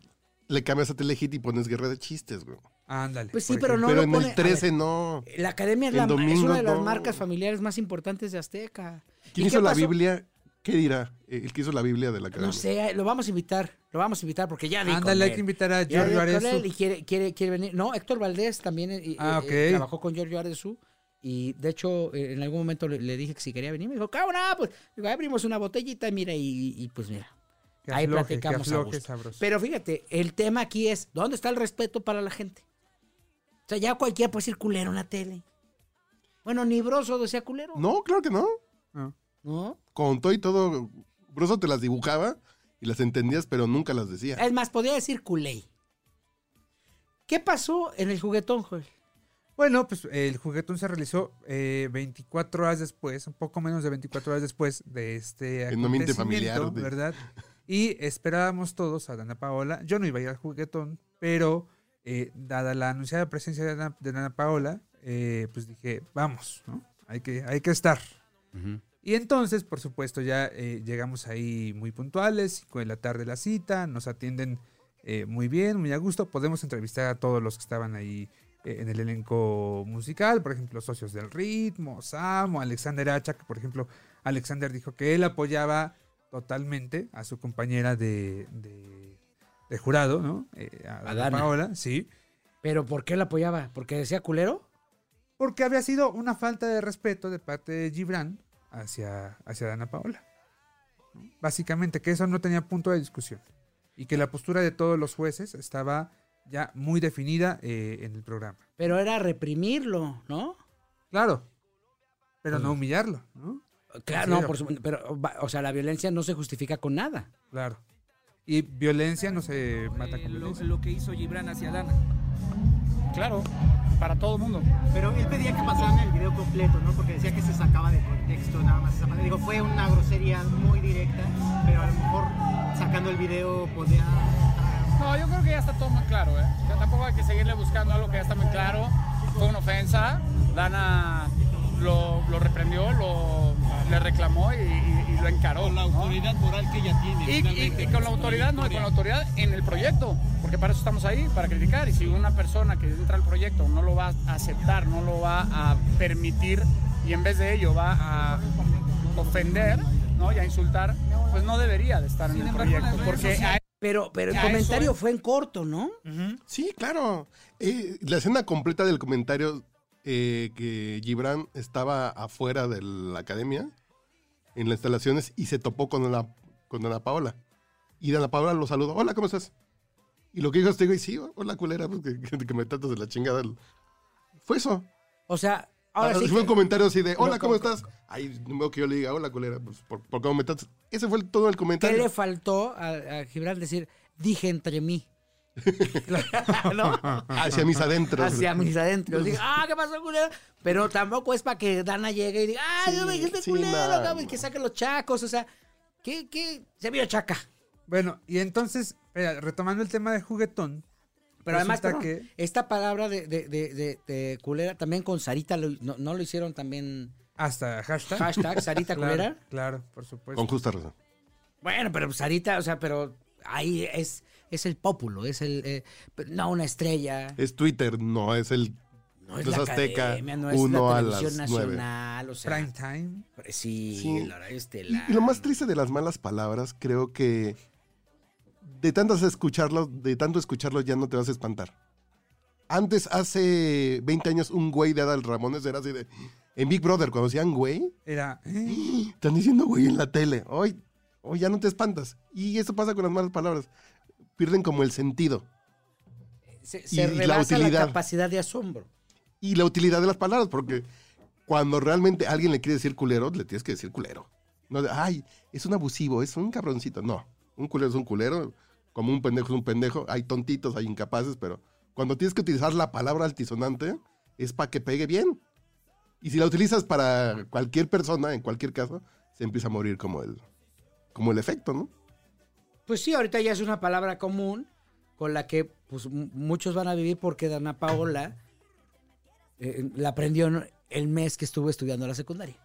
S6: le cambias a Telehit y pones guerra de chistes, güey.
S5: Ándale.
S4: Pues sí,
S5: por
S4: pero no
S6: Pero
S4: lo
S6: en
S4: pone-
S6: el
S4: a ver, Eh,
S6: 13 no.
S4: La academia es,
S6: El
S4: la- es
S6: domingo
S4: una de las
S6: no.
S4: marcas familiares más importantes de Azteca.
S6: ¿Quién
S4: ¿Y
S6: hizo
S4: qué
S6: la
S4: pasó?
S6: Biblia? ¿Qué dirá? Eh, El que hizo la Biblia de la academia.
S4: No sé, lo vamos a invitar, lo vamos a invitar porque ya di con
S5: Ándale, hay
S4: él.
S5: que invitar a
S4: Ya di
S5: Giorgio
S4: con
S5: Arezzo.
S4: él y quiere, quiere, quiere venir. No, Héctor Valdés también eh, eh,
S5: Ah,
S4: eh,
S5: ok.
S4: trabajó con Giorgio Arezú. Y de hecho, eh, en algún momento le, le dije que si quería venir. Me dijo, cabrón, pues digo, abrimos una botellita, mira, y, y pues mira.
S5: Que
S4: ahí
S5: afloje, que
S4: platicamos. a
S5: afloje,
S4: gusto.
S5: sabroso.
S4: Pero fíjate, el tema aquí es: ¿dónde está el respeto para la gente? O sea, ya cualquiera puede decir culero en la tele. Bueno, ni Broso decía culero.
S6: No, claro que no.
S4: ¿No?
S6: Con todo y todo, Broso te las dibujaba y las entendías, pero nunca las decía.
S4: Es más, podría decir culé. ¿Qué pasó en el juguetón, Joel?
S5: Bueno, pues el juguetón se realizó eh, 24 horas después, un poco menos de 24 horas después de este
S6: En un ambiente
S5: acontecimiento,
S6: familiar, de-
S5: ¿verdad? Y esperábamos todos a Dana Paola. Yo no iba a ir al juguetón, pero eh, dada la anunciada presencia de Dana, de Dana Paola, eh, pues dije, vamos, ¿no? Hay que, hay que estar. Y entonces, por supuesto, ya eh, llegamos ahí muy puntuales, 5 de la tarde la cita, nos atienden eh, muy bien, muy a gusto, podemos entrevistar a todos los que estaban ahí eh, en el elenco musical, por ejemplo, Socios del Ritmo, Samo, Alexander Hacha, que por ejemplo, Alexander dijo que él apoyaba totalmente a su compañera de, de- de jurado, ¿no? Eh, a, Dana
S4: Dana.
S5: Paola, sí.
S4: ¿Pero por qué la apoyaba? ¿Porque decía culero?
S5: Porque había sido una falta de respeto de parte de Gibran hacia, hacia Dana Paola. ¿no? Básicamente, que eso no tenía punto de discusión. Y que la postura de todos los jueces estaba ya muy definida eh, en el programa.
S4: Pero era reprimirlo, ¿no?
S5: Claro. Pero no humillarlo, ¿no?
S4: Claro,
S5: Sí,
S4: no,
S5: era-
S4: por supuesto, Pero, va- o sea, la violencia no se justifica con nada.
S5: Claro. Y violencia no se mata con
S17: lo,
S5: violencia.
S17: lo que hizo Gibran hacia Dana. Claro, para todo el mundo. Pero él pedía que pasaran el video completo, ¿no? Porque decía que se sacaba de contexto nada más esa parte. Digo, fue una grosería muy directa, pero a lo mejor sacando el video podía...
S18: No, yo creo que ya está todo muy claro, ¿eh? Ya tampoco hay que seguirle buscando algo que ya está muy claro. Fue una ofensa, Dana lo, lo reprendió, lo, le reclamó y, y- y lo encaró. Con la autoridad moral que ella tiene. Y, y- y con la autoridad, no, y con la autoridad en el proyecto, porque para eso estamos ahí, para criticar. Y si una persona que entra al proyecto no lo va a aceptar, no lo va a permitir y en vez de ello va a ofender, ¿no? Y a insultar, pues no debería de estar en el proyecto, porque a
S4: Pero, pero el
S18: Ya,
S4: comentario
S18: eso
S4: fue en corto, ¿no?
S6: Sí, claro. Eh, la escena completa del comentario eh, que Gibran estaba afuera de la academia, en las instalaciones, y se topó con la con Dana Paola. Y Dana Paola lo saludó. Hola, ¿cómo estás? Y lo que dijo este güey, sí, hola culera, pues, que, que- que me tratas de la chingada. Fue eso.
S4: O sea, ahora
S6: Ah,
S4: sí.
S6: Fue
S4: que-
S6: un comentario así de, hola,
S4: No,
S6: ¿cómo
S4: con-
S6: estás? Ahí no veo que yo le diga, hola culera, pues, por, por cómo me tratas. Ese fue el- todo el
S4: ¿Qué
S6: comentario.
S4: le faltó a, a Gibran decir, dije entre mí? ¿No?
S6: Hacia mis adentros.
S4: Hacia mis adentros. Dije, ah, ¿qué pasó, culero? Pero tampoco es para que Dana llegue y diga, ah, yo me dijiste
S6: sí,
S4: culero,
S6: nada,
S4: cabrón", y que saque los chacos. O sea, ¿qué, qué? Se vio chaca.
S5: Bueno, y entonces, espera, retomando el tema de juguetón.
S4: Pero además,
S5: resulta
S4: perdón, esta palabra de, de- de- de- de culera, también con Sarita, lo- no, no lo hicieron también
S5: Hasta hashtag.
S4: hashtag Sarita
S5: Claro,
S4: culera?
S5: Claro, por supuesto.
S6: Con justa razón.
S4: Bueno, pero Sarita, o sea, pero ahí es, es el pópulo, es el, eh, no una estrella.
S6: Es Twitter, no es el.
S4: No es
S6: no
S4: la
S6: es Azteca,
S4: academia, no es
S6: uno
S4: la
S6: a
S4: televisión
S6: las nueve.
S4: nacional, o sea.
S5: Prime time.
S4: Sí,
S6: Sí.
S4: el horario
S6: Y,
S4: estelar.
S6: y lo más triste de las malas palabras, creo que de tantas escucharlas, de tanto escucharlo ya no te vas a espantar. Antes, hace 20 años, un güey de Adal Ramones era así de. En Big Brother, cuando decían güey,
S5: Era. ¿eh?
S6: están diciendo güey en la tele. Hoy, hoy ya no te espantas. Y eso pasa con las malas palabras. Pierden como el sentido.
S4: Se,
S6: y
S4: se
S6: la
S4: rebasa la,
S6: utilidad.
S4: capacidad de asombro.
S6: y la utilidad de las palabras, porque cuando realmente alguien le quiere decir culero, le tienes que decir culero. No de, ay, es un abusivo, es un cabroncito. No, un culero es un culero, como un pendejo es un pendejo. Hay tontitos, hay incapaces, pero cuando tienes que utilizar la palabra altisonante, es para que pegue bien. Y si la utilizas para cualquier persona, en cualquier caso, se empieza a morir como el, como el efecto, ¿no?
S4: Pues sí, ahorita ya es una palabra común con la que pues, m- muchos van a vivir porque Dana Paola eh, la aprendió en el mes que estuvo estudiando la secundaria.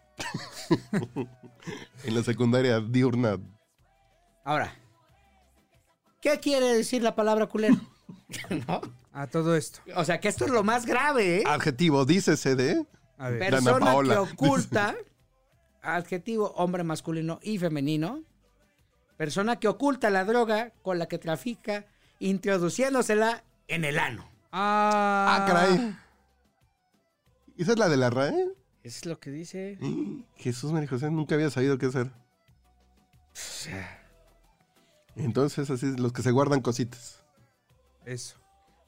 S6: En la secundaria diurna.
S4: Ahora, ¿qué quiere decir la palabra culero? ¿No?
S5: A todo esto.
S4: O sea, que esto es lo más grave, ¿eh?
S6: Ah, Adjetivo, dice CD.
S4: Persona que oculta, adjetivo hombre masculino y femenino, persona que oculta la droga con la que trafica, introduciéndosela en el ano.
S5: Ah,
S6: Ah, caray. ¿Esa es la de la RAE?
S4: Es lo que dice.
S6: Jesús María José, nunca había sabido qué hacer. Entonces, así es, los que se guardan cositas.
S5: Eso.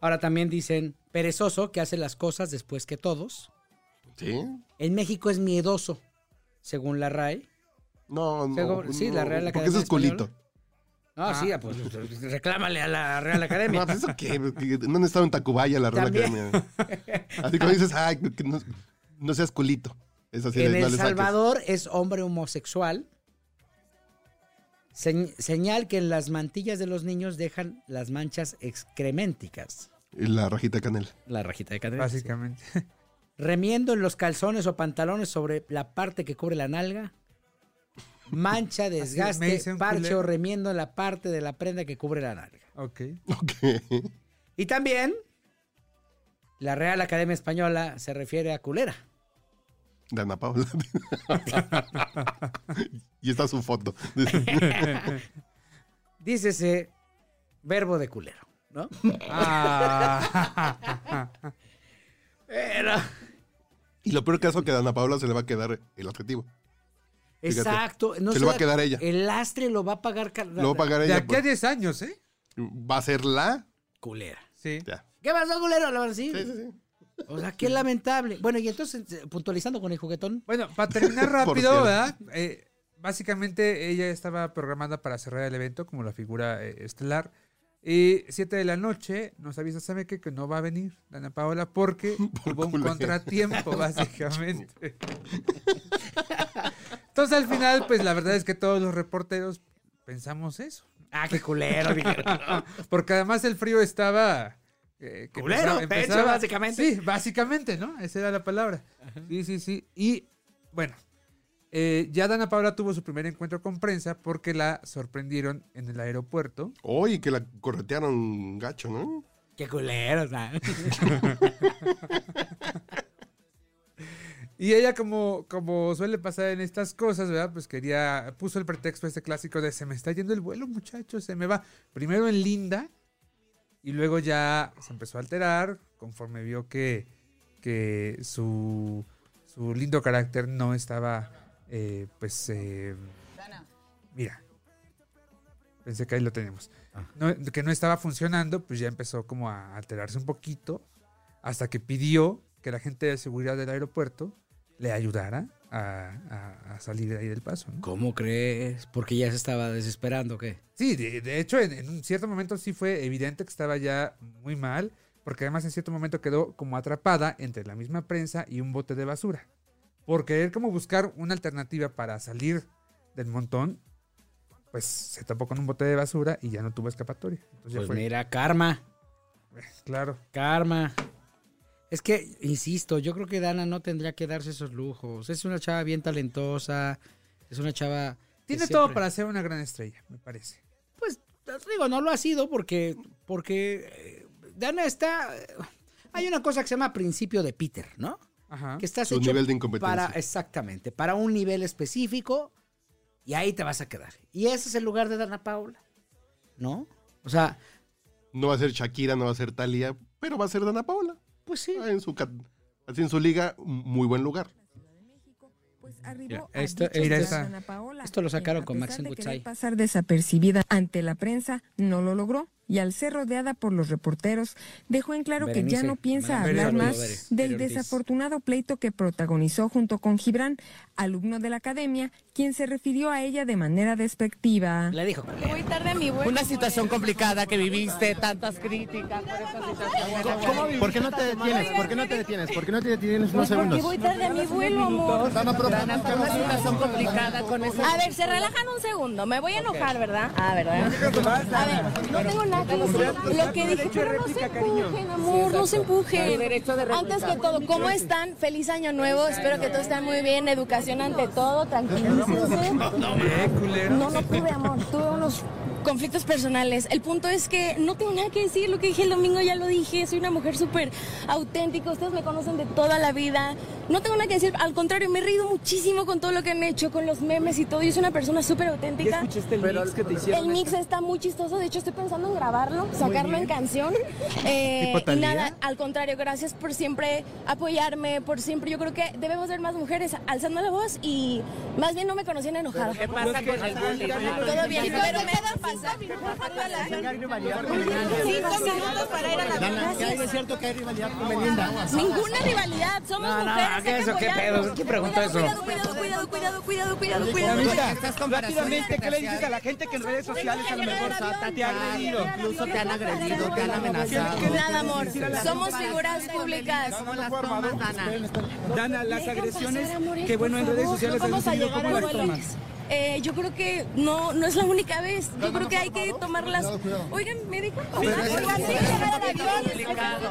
S4: Ahora también dicen perezoso, que hace las cosas después que todos.
S6: ¿Sí?
S4: En México es miedoso, según la RAE.
S6: No, no.
S4: Según- sí, la Real
S6: no,
S4: Academia.
S6: Porque eso es
S4: Española.
S6: culito.
S4: No, sí, pues reclámale a la Real Academia.
S6: No, pues eso qué. porque No han estado en Tacubaya la Real
S4: También.
S6: Academia. Así como dices, ay, que no, no seas culito. Es así de,
S4: en
S6: no
S4: El
S6: le saques.
S4: Salvador es hombre homosexual. Señ- señal que en las mantillas de los niños dejan las manchas excreménticas.
S6: Y La rajita de canela.
S4: La rajita de
S5: Ah,
S4: canela.
S5: Básicamente.
S4: Remiendo en los calzones o pantalones sobre la parte que cubre la nalga. Mancha,
S5: me
S4: desgaste,
S5: dice un
S4: parche
S5: culero.
S4: o remiendo en la parte de la prenda que cubre la nalga.
S5: Ok.
S6: Ok.
S4: Y también la Real Academia Española se refiere a culera.
S6: Dana Paula. y está su foto.
S4: Dícese verbo de culero, ¿no?
S5: Ah,
S4: Pero-
S6: y lo peor caso que a Dana Paula se le va a quedar el adjetivo. Fíjate,
S4: Exacto. no
S6: se lo va a
S4: estoy-
S6: quedar ella.
S4: El lastre lo va a pagar. Car-
S6: Lo va a pagar
S5: De
S6: ella.
S5: aquí a 10 años, ¿eh?
S6: Va a ser la.
S4: Culera.
S5: Sí.
S6: Ya.
S4: ¿Qué pasó, culero? Le van a decir.
S6: Sí, sí, sí.
S4: O sea, qué lamentable. Bueno, y entonces, eh, puntualizando con el juguetón.
S5: Bueno, para terminar
S6: Por
S5: rápido,
S6: cierto.
S5: ¿verdad? Eh, básicamente ella estaba programada para cerrar el evento como la figura eh, estelar. Y 7 de la noche nos avisa, ¿sabe qué? Que no va a venir Dana Paola porque hubo un
S6: culera.
S5: contratiempo, básicamente. Entonces al final, pues la verdad es que todos los reporteros pensamos eso.
S4: Ah, qué culero, dijeron.
S5: Porque además el frío estaba... eh, que
S4: Culero,
S5: empezaba-
S4: pecho,
S5: empezaba-
S4: básicamente.
S5: Sí, básicamente, ¿no? Esa era la palabra. Sí, sí, sí. Y bueno, eh, ya Dana Paula tuvo su primer encuentro con prensa porque la sorprendieron en el aeropuerto.
S6: Hoy que la corretearon gacho, ¿no?
S4: Qué culero, o sea.
S5: Y ella, como, como suele pasar en estas cosas, ¿verdad? Pues quería, puso el pretexto este clásico de se me está yendo el vuelo, muchachos, se me va. Primero en Linda y luego ya se empezó a alterar conforme vio que, que su, su lindo carácter no estaba, eh, pues, eh, mira. Pensé que ahí lo tenemos. No- que no estaba funcionando, pues ya empezó como a alterarse un poquito hasta que pidió que la gente de seguridad del aeropuerto le ayudara a, a- a salir de ahí del paso. ¿no?
S4: ¿Cómo crees? Porque ya se estaba desesperando, ¿qué?
S5: Sí, de, de hecho, en, en un cierto momento sí fue evidente que estaba ya muy mal, porque además en cierto momento quedó como atrapada entre la misma prensa y un bote de basura. Por querer como buscar una alternativa para salir del montón, pues se tapó con un bote de basura y ya no tuvo escapatoria. Entonces ya
S4: Pues
S5: fue, eh,
S4: mira, karma,
S5: claro.
S4: karma. Es que, insisto, yo creo que Dana no tendría que darse esos lujos. Es una chava bien talentosa, es una chava... que
S5: Tiene
S4: siempre-
S5: todo para ser una gran estrella, me parece.
S4: Pues digo, no lo ha sido porque, porque eh, Dana está... eh, Hay una cosa que se llama principio de Peter, ¿no?
S5: Ajá.
S4: Que estás
S6: Su
S4: hecho
S6: nivel de incompetencia.
S4: para exactamente, para un nivel específico y ahí te vas a quedar. Y ese es el lugar de Dana Paula, ¿no? O sea,
S6: No va a ser Shakira, no va a ser Talia, Pero va a ser Dana Paola. Ah,
S4: Pues sí.
S6: En su, cat- así en su liga, muy buen lugar.
S4: Mira,
S19: a
S4: esto,
S19: dicho
S4: esto-
S19: caso
S4: esto-
S19: Pues, Ana Paola,
S4: esto lo sacaron con
S19: pesar
S4: Maxim
S19: de querer
S4: Gutsai.
S19: pasar desapercibida ante la prensa, no lo logró. Y al ser rodeada por los reporteros, dejó en claro que ya
S20: Berenice,
S19: no piensa
S20: Berenice
S19: hablar
S20: Ortiz.
S19: más
S20: Berenice
S19: del
S20: Ortiz.
S19: desafortunado pleito que protagonizó junto con Gibran, alumno de la academia, quien se refirió a ella de manera despectiva.
S4: Le dijo,
S8: Muy tarde mi vuelo.
S19: Una situación
S8: complicada que viviste, tantas críticas por esta situación.
S21: ¿Por qué no te detienes? ¿Por qué no te detienes? ¿Por qué no te detienes unos segundos?
S8: Porque voy tarde a mi vuelo, amor.
S21: Dana, pero-
S8: Una situación complicada con eso. A ver, se relajan un segundo. Me voy a enojar, ¿verdad? Ah, ¿verdad? A ver, no tengo nada que decir. Lo que dije, pero no se empujen, amor, no se
S19: El
S8: empujen.
S19: derecho de réplica.
S8: Antes que todo, ¿cómo están? Feliz año nuevo. Espero que todos estén muy bien. Educación ante todo, tranquilícense. No, no tuve amor, tuve unos conflictos personales. El punto es que no tengo nada que decir, lo que dije el domingo ya lo dije, soy una mujer súper auténtica, ustedes me conocen de toda la vida. No tengo nada que decir, al contrario, me he reído muchísimo con todo lo que han hecho, con los memes y todo. Yo soy una persona súper auténtica.
S22: escuchaste el Pero- mix que te hicieron?
S8: El mix está muy chistoso, de hecho estoy pensando en grabarlo, sacarlo en canción. Eh,
S22: ¿Tipo
S8: y
S22: Thalía?
S8: nada, al contrario, gracias por siempre apoyarme, por siempre. Yo creo que debemos ver más mujeres alzando la voz y más bien no me conocían enojada. ¿Qué
S22: pasa con el bullying?
S8: Todo bien,
S22: Si no
S8: pero
S22: te
S8: me
S22: quedan
S8: pasar
S22: para ir a la
S8: Dana, ¿qué hay de
S21: cierto que hay rivalidad con
S8: Ninguna rivalidad, somos
S21: No, no,
S8: mujeres. hay que
S21: eso, ¿qué
S8: apoyarnos.
S21: pedo? ¿Quién preguntó
S8: Cuidado,
S21: eso?
S8: Cuidado, cuidado, cuidado, cuidado, cuidado, cuidado, cuidado.
S21: Mamita,
S8: Estás con
S21: rápidamente, ¿qué le dices a la gente que en redes sociales a lo mejor te ha agredido? Incluso te han agredido, te han amenazado.
S8: Nada, amor. Somos figuras públicas.
S21: Dana, las
S8: Deja
S21: agresiones
S8: pasar, amor,
S21: que bueno en
S8: por
S21: redes
S8: favor,
S21: sociales
S8: no
S21: han
S8: vamos a
S21: sido
S8: llegar
S21: como
S8: al
S21: las
S8: vuelo.
S21: tomas.
S8: Eh, yo creo que no, no es la única vez. Yo creo que hay que tomarlas. Oigan, me dejan pasar? Oigan, sí, llegar al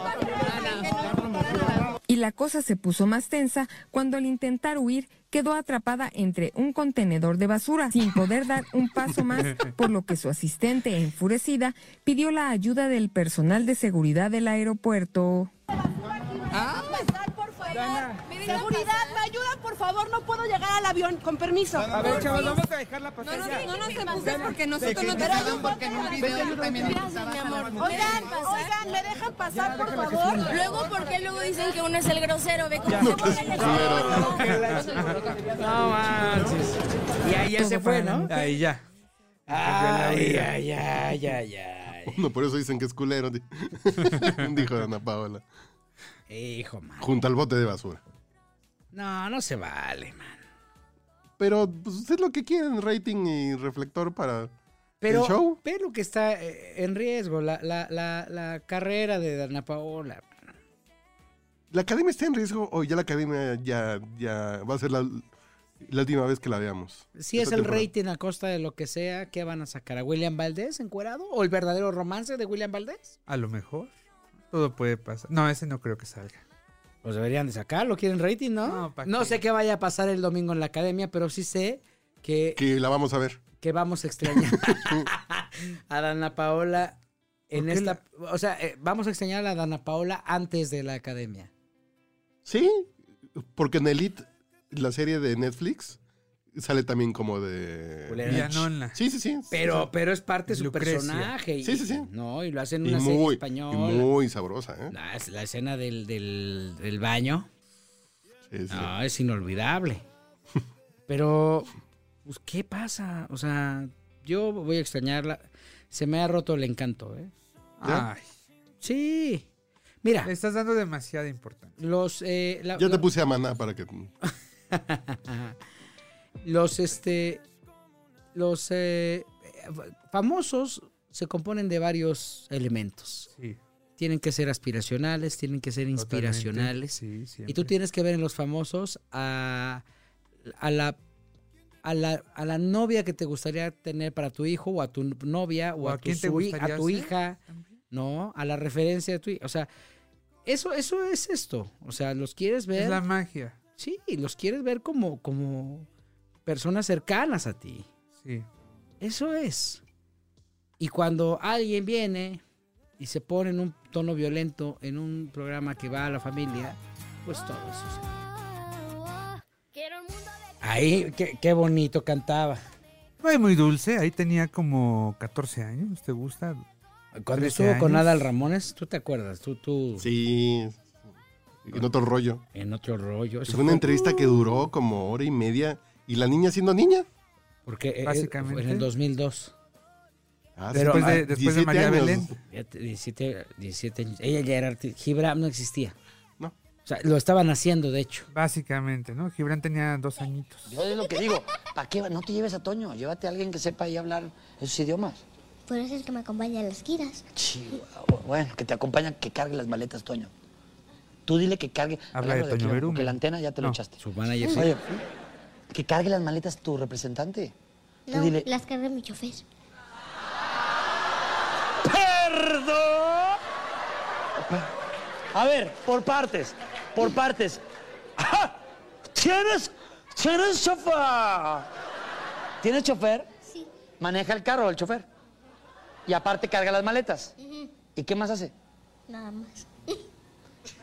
S8: avión.
S19: Y la cosa se puso más tensa cuando al intentar huir quedó atrapada entre un contenedor de basura sin poder dar un paso más, por lo que su asistente, enfurecida, pidió la ayuda del personal de seguridad del aeropuerto.
S8: por favor. Seguridad, me ayudan, por favor. No puedo llegar al avión, con permiso.
S21: A ver, chavos, vamos a dejar la pantalla.
S8: no nos
S21: empujes porque nosotros no te ayudamos.
S8: porque en un video también mi amor. Oigan, oigan, ¿me dejan pasar, por favor? Luego, ¿por qué luego dicen que uno es el grosero? Ve cómo se ponen
S4: No manches. Y ahí ya se fue, ¿no?
S5: Ahí ya.
S4: Ay, ay, ay, ay, ay.
S6: No, por eso dicen que es culero. di- Dijo Ana Paola.
S4: Hijo, man.
S6: Junto al bote de basura.
S4: No, no se vale, man.
S6: Pero pues, es lo que quieren, rating y reflector para el show.
S4: Pero ve lo que está eh, en riesgo, la, la, la, la carrera de Dana Paola.
S6: ¿La academia está en riesgo o ya la academia ya, ya va a ser la, la última vez que la veamos?
S4: Si es
S6: Esta
S4: el
S6: temporada.
S4: rating a costa de lo que sea, ¿qué van a sacar? ¿A William Valdés encuerado? ¿O el verdadero romance de William Valdés?
S5: A lo mejor. Todo puede pasar. No, ese no creo que salga.
S4: Pues deberían de sacarlo. ¿Quieren rating, no? No, sé qué vaya a pasar el domingo en la academia, pero sí sé que,
S6: Que la vamos a ver.
S4: que vamos a extrañar a Dana Paola en
S5: ¿Por qué
S4: esta... O sea, eh, vamos a extrañar a Dana Paola antes de la academia.
S6: Sí, porque en Elite, la serie de Netflix, sale también como de...
S4: Culera.
S5: Villanona.
S6: Sí, sí, sí.
S4: Pero, pero es parte de su
S6: Lucrecia.
S4: personaje. y-
S6: Sí, sí, sí.
S4: No, y lo hacen en
S6: Y
S4: una serie
S6: muy,
S4: española.
S6: y muy sabrosa, ¿eh?
S4: La, la escena del, del- del baño. No, es inolvidable. Pero, pues, ¿qué pasa? O sea, yo voy a extrañarla. Se me ha roto el encanto, ¿eh?
S5: ¿Ya?
S4: Ay. Sí. Mira.
S5: Le estás dando demasiada importancia.
S4: Los, eh, la-
S6: Ya te
S4: la-
S6: puse a maná para que...
S4: los, este, los eh, famosos se componen de varios elementos. Tienen que ser aspiracionales, tienen que ser inspiracionales.
S5: Sí, siempre.
S4: Y tú tienes que ver en los famosos a, a la, a, la, a la novia que te gustaría tener para tu hijo, o a tu novia, o,
S5: ¿O
S4: a,
S5: a
S4: tu,
S5: quién te
S4: su-
S5: gustaría
S4: a tu
S5: ser?
S4: hija, ¿no? A la referencia de tu hija. O sea, eso, eso es esto. O sea, los quieres ver.
S5: Es la magia.
S4: Sí, los quieres ver como, como personas cercanas a ti.
S5: Sí.
S4: Eso es. Y cuando alguien viene y se pone en un tono violento en un programa que va a la familia, pues todo eso. se- Ahí, qué, qué bonito cantaba.
S5: Ay, muy dulce. Ahí tenía como 14 años, ¿te gusta?
S4: Cuando
S5: 13
S4: estuvo con
S5: años.
S4: Adal Ramones, ¿tú te acuerdas? Tú, tú.
S6: Sí. En otro rollo.
S4: En otro rollo. Eso
S6: Fue una
S4: fue-
S6: entrevista que duró como hora y media. Y la niña siendo niña.
S4: Porque eh, eh,
S5: Básicamente.
S4: fue en el 2002.
S6: Ah, sí, después de- después de 17 María años. Belén.
S4: Fíjate, 17, 17 años. Ella ya era artista. Gibram no existía.
S6: No.
S4: O sea, lo estaban haciendo, de hecho.
S5: Básicamente, ¿no? Gibran tenía dos añitos.
S7: Yo es lo que digo, ¿para qué? va- No te lleves a Toño, llévate a alguien que sepa ahí hablar esos idiomas.
S1: Por eso es que me acompaña a las giras.
S7: Chihuahua. Bueno, que te acompañan, que cargue las maletas, Toño. Tú dile que cargue.
S5: Habla de
S7: Claro,
S5: Toño
S7: aquí,
S5: Berumen.
S7: Porque la antena ya te lo
S5: No,
S7: echaste.
S4: su manager sí.
S7: Oye, que cargue las maletas tu representante. Tú
S1: No,
S7: dile,
S1: las carga mi chofer.
S7: ¡Perdón! A ver, por partes, por partes. ¡Ajá! ¿Tienes, tienes chofer? ¿Tienes chofer?
S1: Sí.
S7: Maneja el carro el chofer. Y aparte carga las maletas.
S1: Ujú,
S7: ¿Y qué más hace?
S1: Nada más.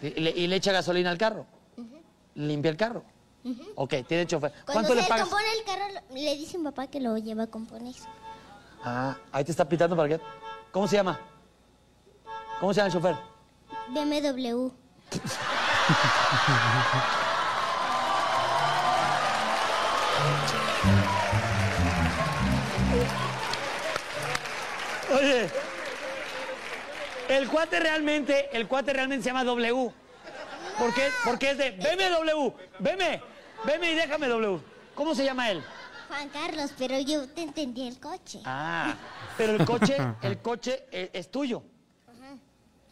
S7: Y le, y le echa gasolina al carro.
S1: Ujú,
S7: Limpia el carro.
S1: ujú.
S7: Ok, tiene chofer.
S1: Cuando
S7: ¿Cuánto
S1: se
S7: le pagas?
S1: compone el carro, lo- le dice a mi papá que lo lleva a componer.
S7: Ah, ahí te está pitando para qué. ¿Cómo se llama? ¿Cómo se llama el chofer?
S1: BMW.
S7: Oye, el cuate realmente, el cuate realmente se llama W. ¿Por qué? Porque es de veme W, veme, veme y déjame W. ¿Cómo se llama él?
S1: Juan Carlos, pero yo te entendí el coche.
S7: Ah, pero el coche, el coche es, es tuyo.
S1: Ajá.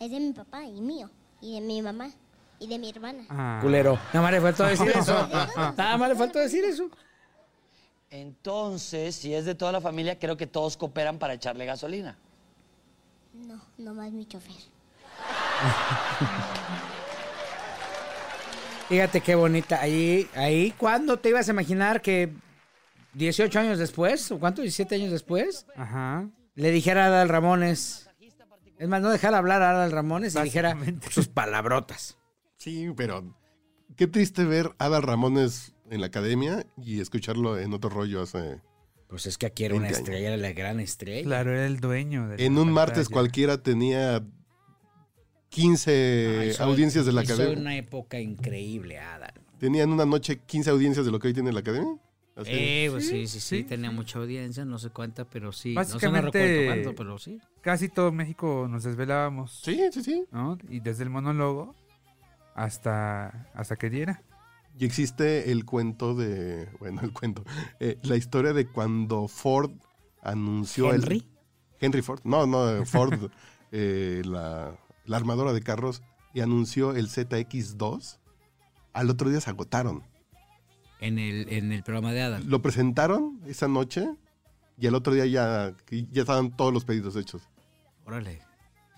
S1: Es de mi papá y mío. Y de mi mamá. Y de mi hermana.
S5: Ah,
S4: Culero. Nada más le faltó decir eso. Nada más le faltó decir eso.
S7: Entonces, si es de toda la familia, creo que todos cooperan para echarle gasolina.
S1: No, nomás mi chofer.
S4: Fíjate qué bonita. Ahí, ahí, ¿cuándo te ibas a imaginar que 18 años después, o cuánto, 17 años después, le dijera a Adal Ramones, es más, no dejara hablar a Adal Ramones y dijera sus palabrotas.
S6: Sí, pero qué triste ver a Adal Ramones en la academia y escucharlo en otro rollo hace.
S4: Pues es que aquí era una estrella, era la gran estrella.
S5: Claro, era el dueño de la
S6: En un martes
S5: pantalla.
S6: cualquiera tenía 15
S4: Ay, soy-
S6: eh, audiencias de la
S4: y soy
S6: academia.
S4: Ah, una época increíble, Adal.
S6: ¿Tenían una noche 15 audiencias de lo que hoy tiene la academia? Así.
S4: Eh, pues sí, sí, sí, tenía mucha audiencia, no sé cuánta, pero sí. No sé, no
S5: Básicamente,
S4: recuerdo cuánto, pero sí.
S5: casi todo México nos desvelábamos.
S6: Sí, sí, sí.
S5: Y desde el monólogo hasta, hasta que diera.
S6: Y existe el cuento de. Bueno, el cuento. eh, la historia de cuando Ford anunció. el-
S4: ¿Henry?
S6: Henry Ford. No, no, Ford, eh, la, la armadora de carros, y anunció el ZX2. Al otro día se agotaron.
S4: En el, en el programa de Adal.
S6: Lo presentaron esa noche y al otro día ya, ya estaban todos los pedidos hechos.
S4: Órale.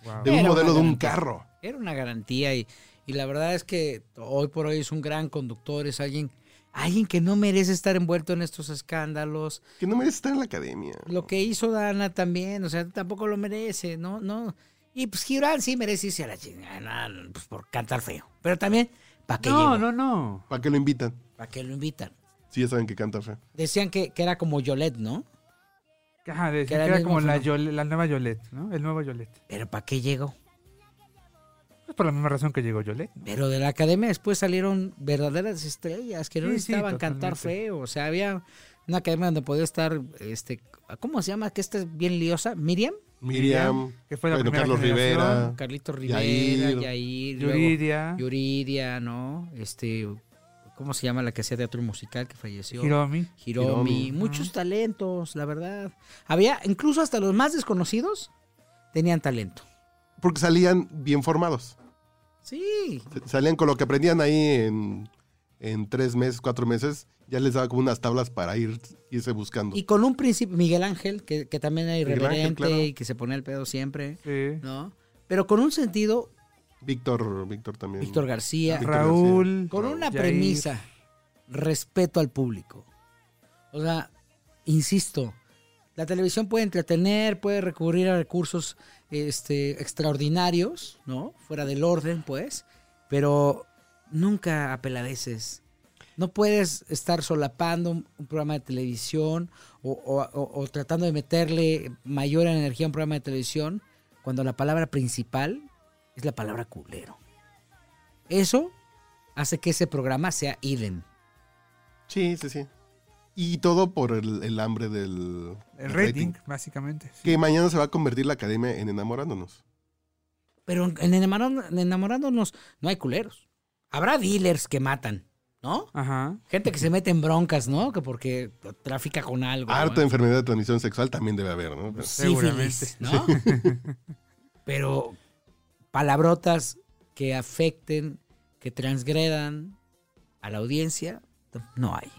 S5: Ah.
S6: De un
S4: Era
S6: modelo
S4: una
S6: de un
S4: garantía.
S6: carro.
S4: Era una garantía y, y la verdad es que hoy por hoy es un gran conductor, es alguien, alguien que no merece estar envuelto en estos escándalos.
S6: Que no merece estar en la academia.
S4: Lo que hizo Dana también, o sea, tampoco lo merece, ¿no? no Y pues Gibran sí merece irse a la chingada, pues por cantar feo. Pero también, ¿para qué llegó?
S5: no, no.
S6: ¿Para qué lo invitan?
S4: ¿Para qué lo invitan?
S6: Sí, ya saben que canta fe.
S4: Decían que, que era como Yolette, ¿no?
S5: Ajá, decían
S4: Que
S5: que
S4: era
S5: era,
S4: el mismo
S5: como la,
S4: fenómeno.
S5: Yole- la nueva Yolette, ¿no? El nuevo Yolette.
S4: ¿Pero para qué llegó?
S5: Pues por la misma razón que llegó Yolette. ¿no?
S4: Pero de la academia después salieron verdaderas estrellas que no
S5: Sí, sí,
S4: necesitaban cantar
S5: totalmente.
S4: feo. O sea, había una academia donde podía estar, este, ¿cómo se llama? Que esta es bien liosa, Miriam.
S6: Miriam,
S5: que fue la
S6: bueno,
S5: primera
S6: Carlos
S5: generación.
S6: Rivera,
S4: Carlito Rivera,
S6: Yair,
S4: Yair, luego
S5: Yuridia.
S4: Yuridia, ¿no? Este, ¿cómo se llama la que hacía teatro musical que falleció?
S5: Hiromi.
S4: Hiromi.
S5: Hiromi.
S4: Muchos talentos, la verdad. Había, incluso hasta los más desconocidos tenían talento.
S6: Porque salían bien formados.
S4: Sí.
S6: S- Salían con lo que aprendían ahí en, en tres meses, cuatro meses. Ya les daba como unas tablas para ir, irse buscando.
S4: Y con un príncipe, Miguel Ángel, que, que también era
S6: Miguel
S4: irreverente
S6: Ángel, claro.
S4: y que se ponía el pedo siempre,
S5: Sí.
S4: ¿no? Pero con un sentido,
S6: Víctor, Víctor también.
S4: Víctor García,
S6: Víctor
S5: Raúl.
S4: con una
S5: Yair.
S4: premisa, respeto al público. O sea, insisto, la televisión puede entretener, puede recurrir a recursos este, extraordinarios, ¿no? Fuera del orden, pues, pero nunca apeladeces. No puedes estar solapando un, un programa de televisión o, o- o- o tratando de meterle mayor energía a un programa de televisión cuando la palabra principal es la palabra culero. Eso hace que ese programa sea idem.
S6: Sí, sí, sí. Y todo por el, el hambre del
S5: El rating, básicamente. sí.
S6: Que mañana se va a convertir la academia en enamorándonos.
S4: Pero en en enamorando- en enamorándonos no hay culeros. Habrá dealers que matan, ¿no?
S5: Ajá.
S4: Gente que se mete en broncas, ¿no? Que porque trafica con algo.
S6: Harta
S4: ¿no?
S6: enfermedad de transmisión sexual también debe haber, ¿no? Pues, Pero-
S4: sífilis, ¿no? Pero palabrotas que afecten, que transgredan a la audiencia, no hay.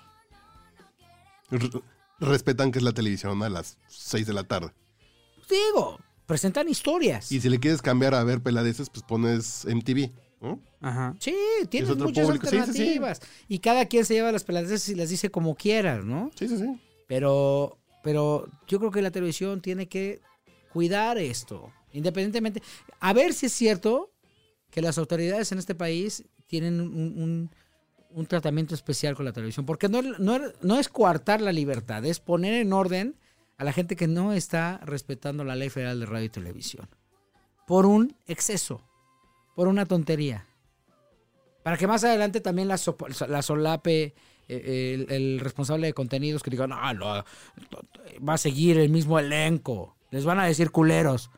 S6: R- Respetan que es la televisión a las 6 de la tarde.
S4: Digo, presentan historias.
S6: Y si le quieres cambiar a ver peladeces, pues pones MTV, ¿no?
S5: Ajá.
S4: Sí, tienes
S6: Es otro
S4: muchas
S6: público, sí, sí, sí.
S4: alternativas. Y cada quien se lleva las peladeces y las dice como quieras, ¿no?
S6: Sí, sí, sí.
S4: Pero, pero yo creo que la televisión tiene que cuidar esto, independientemente. A ver si es cierto que las autoridades en este país tienen un, un- un tratamiento especial con la televisión, porque no, no, no es coartar la libertad, es poner en orden a la gente que no está respetando la ley federal de radio y televisión, por un exceso, por una tontería. Para que más adelante también la, sopo- la solape eh, el, el responsable de contenidos que digan, ah, no, va a seguir el mismo elenco. Les van a decir culeros.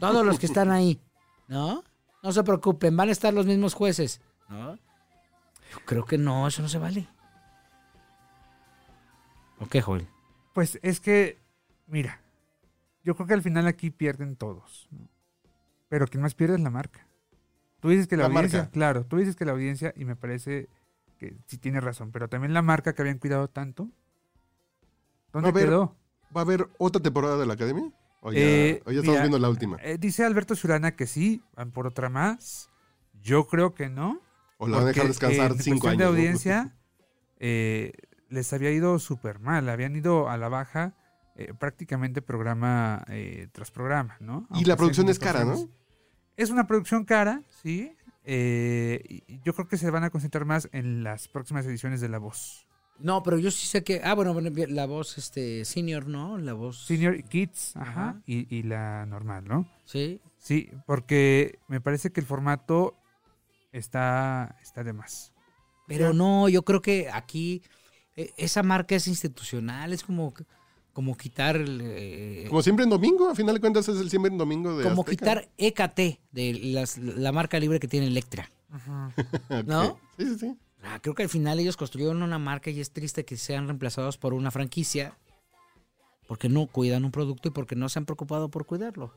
S4: Todos los que están ahí, ¿no? No se preocupen, van a estar los mismos jueces. ¿No? Yo creo que no, eso no se vale. ¿O qué, Joel?
S5: Pues es que, mira, yo creo que al final aquí pierden todos. ¿no? Pero quien más pierde es la marca. Tú dices que la,
S6: La
S5: audiencia,
S6: marca.
S5: claro, tú dices que la audiencia, y me parece que sí tiene razón, pero también la marca que habían cuidado tanto. ¿Dónde
S6: Va a haber-
S5: quedó?
S6: ¿Va a haber otra temporada de la academia? O ya,
S5: Eh,
S6: o ya estamos
S5: mira,
S6: viendo la última.
S5: eh, dice Alberto Ciurana que sí, van por otra más. Yo creo que no.
S6: O la van a dejar
S5: porque
S6: descansar
S5: en
S6: cinco
S5: eh, cuestión de
S6: años, ¿no?
S5: audiencia eh, les había ido súper mal. Habían ido a la baja eh, prácticamente programa eh, tras programa, ¿no?
S6: Y la
S5: Aunque
S6: producción
S5: sean
S6: es cara, ¿no?
S5: ocasiones. Es una producción cara, sí. Eh, y yo creo que se van a concentrar más en las próximas ediciones de La Voz.
S4: No, pero yo sí sé que. Ah, bueno, bueno, la voz este, senior, ¿no? La voz.
S5: Senior Kids, ajá,
S4: Ajá.
S5: Y, y la normal, ¿no?
S4: Sí.
S5: Sí, porque me parece que el formato está, está de más.
S4: Pero no, yo creo que aquí eh, esa marca es institucional, es como, como quitar. el, eh,
S6: Como siempre en domingo, a final de cuentas es el siempre en domingo de
S4: como
S6: Azteca.
S4: quitar EKT de las- la marca libre que tiene Electra, ¿no?
S6: Sí, sí, sí.
S4: Ah, creo que al final ellos construyeron una marca y es triste que sean reemplazados por una franquicia porque no cuidan un producto y porque no se han preocupado por cuidarlo.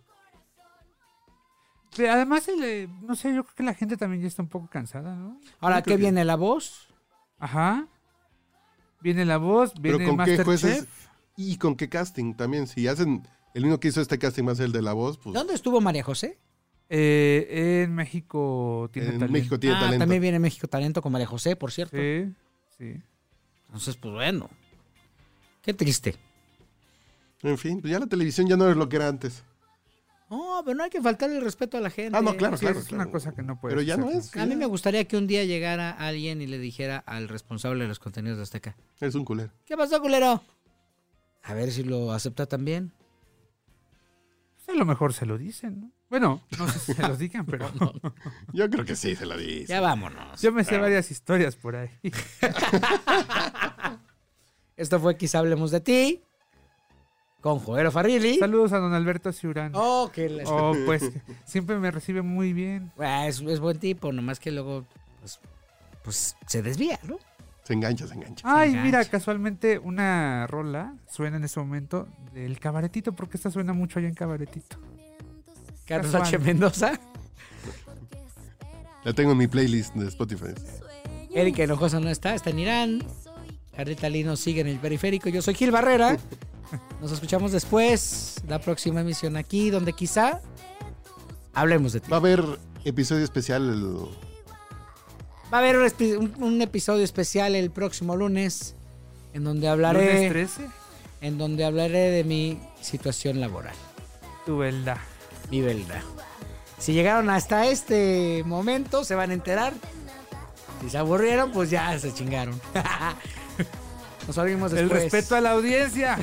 S5: Pero además, el, eh, no sé, yo creo que la gente también ya está un poco cansada, ¿no?
S4: Ahora,
S5: Yo creo
S4: ¿qué viene? ¿La voz?
S5: Ajá. Viene la voz,
S6: Pero
S5: viene
S6: con qué jueces
S5: Masterchef.
S6: y con qué casting también. Si hacen el mismo que hizo este casting más el de la voz, pues
S4: ¿Dónde estuvo María José?
S5: Eh, en México tiene
S6: en
S5: talento.
S6: México tiene
S4: ah,
S6: talento.
S4: también viene México Talento con María José, por cierto.
S5: Sí, sí.
S4: Entonces, pues bueno. Qué triste.
S6: En fin, pues ya la televisión ya no es lo que era antes.
S4: No, pero no hay que faltar el respeto a la gente.
S6: Ah, no, claro,
S5: Sí,
S6: claro.
S5: es
S6: claro.
S5: una cosa que no puede
S6: Pero ya no es.
S4: A mí me gustaría que un día llegara alguien y le dijera al responsable de los contenidos de Azteca,
S6: Es un culero.
S4: ¿qué pasó, culero? A ver si lo acepta también.
S5: Pues a lo mejor se lo dicen, ¿no? Bueno, no sé si se los digan, pero
S6: Yo creo que sí, se la dice.
S4: Ya vámonos.
S5: yo me sé varias historias por ahí.
S4: Esto fue Quizá hablemos de ti. Con Joel Farrilli.
S5: Saludos a don Alberto Ciurán. Oh,
S4: Oh, que la-
S5: pues que siempre me recibe muy bien.
S4: Ah, es, es buen tipo, nomás que luego pues, pues, se desvía, ¿no?
S6: Se engancha, se engancha.
S5: Ay,
S4: engancha.
S5: mira, casualmente una rola suena en ese momento del cabaretito, porque esta suena mucho allá en cabaretito.
S4: Carlos
S5: Casual.
S4: H. Mendoza,
S6: La tengo en mi playlist de Spotify.
S4: Erika Enojosa no está, está en Irán. Carlita Lino sigue en el periférico. Yo soy Gil Barrera. Nos escuchamos después, la próxima emisión aquí, donde quizá hablemos de ti.
S6: Va a haber episodio especial el-
S4: Va a haber un espe- un, un episodio especial el próximo lunes, en donde
S5: Lunes
S4: hablaré,
S5: 13,
S4: en donde hablaré de mi situación laboral.
S5: tu verdad.
S4: Mi verdad. Si llegaron hasta este momento, se van a enterar. Si se aburrieron, pues ya se chingaron. Nos oímos
S5: El
S4: después.
S5: respeto a la audiencia.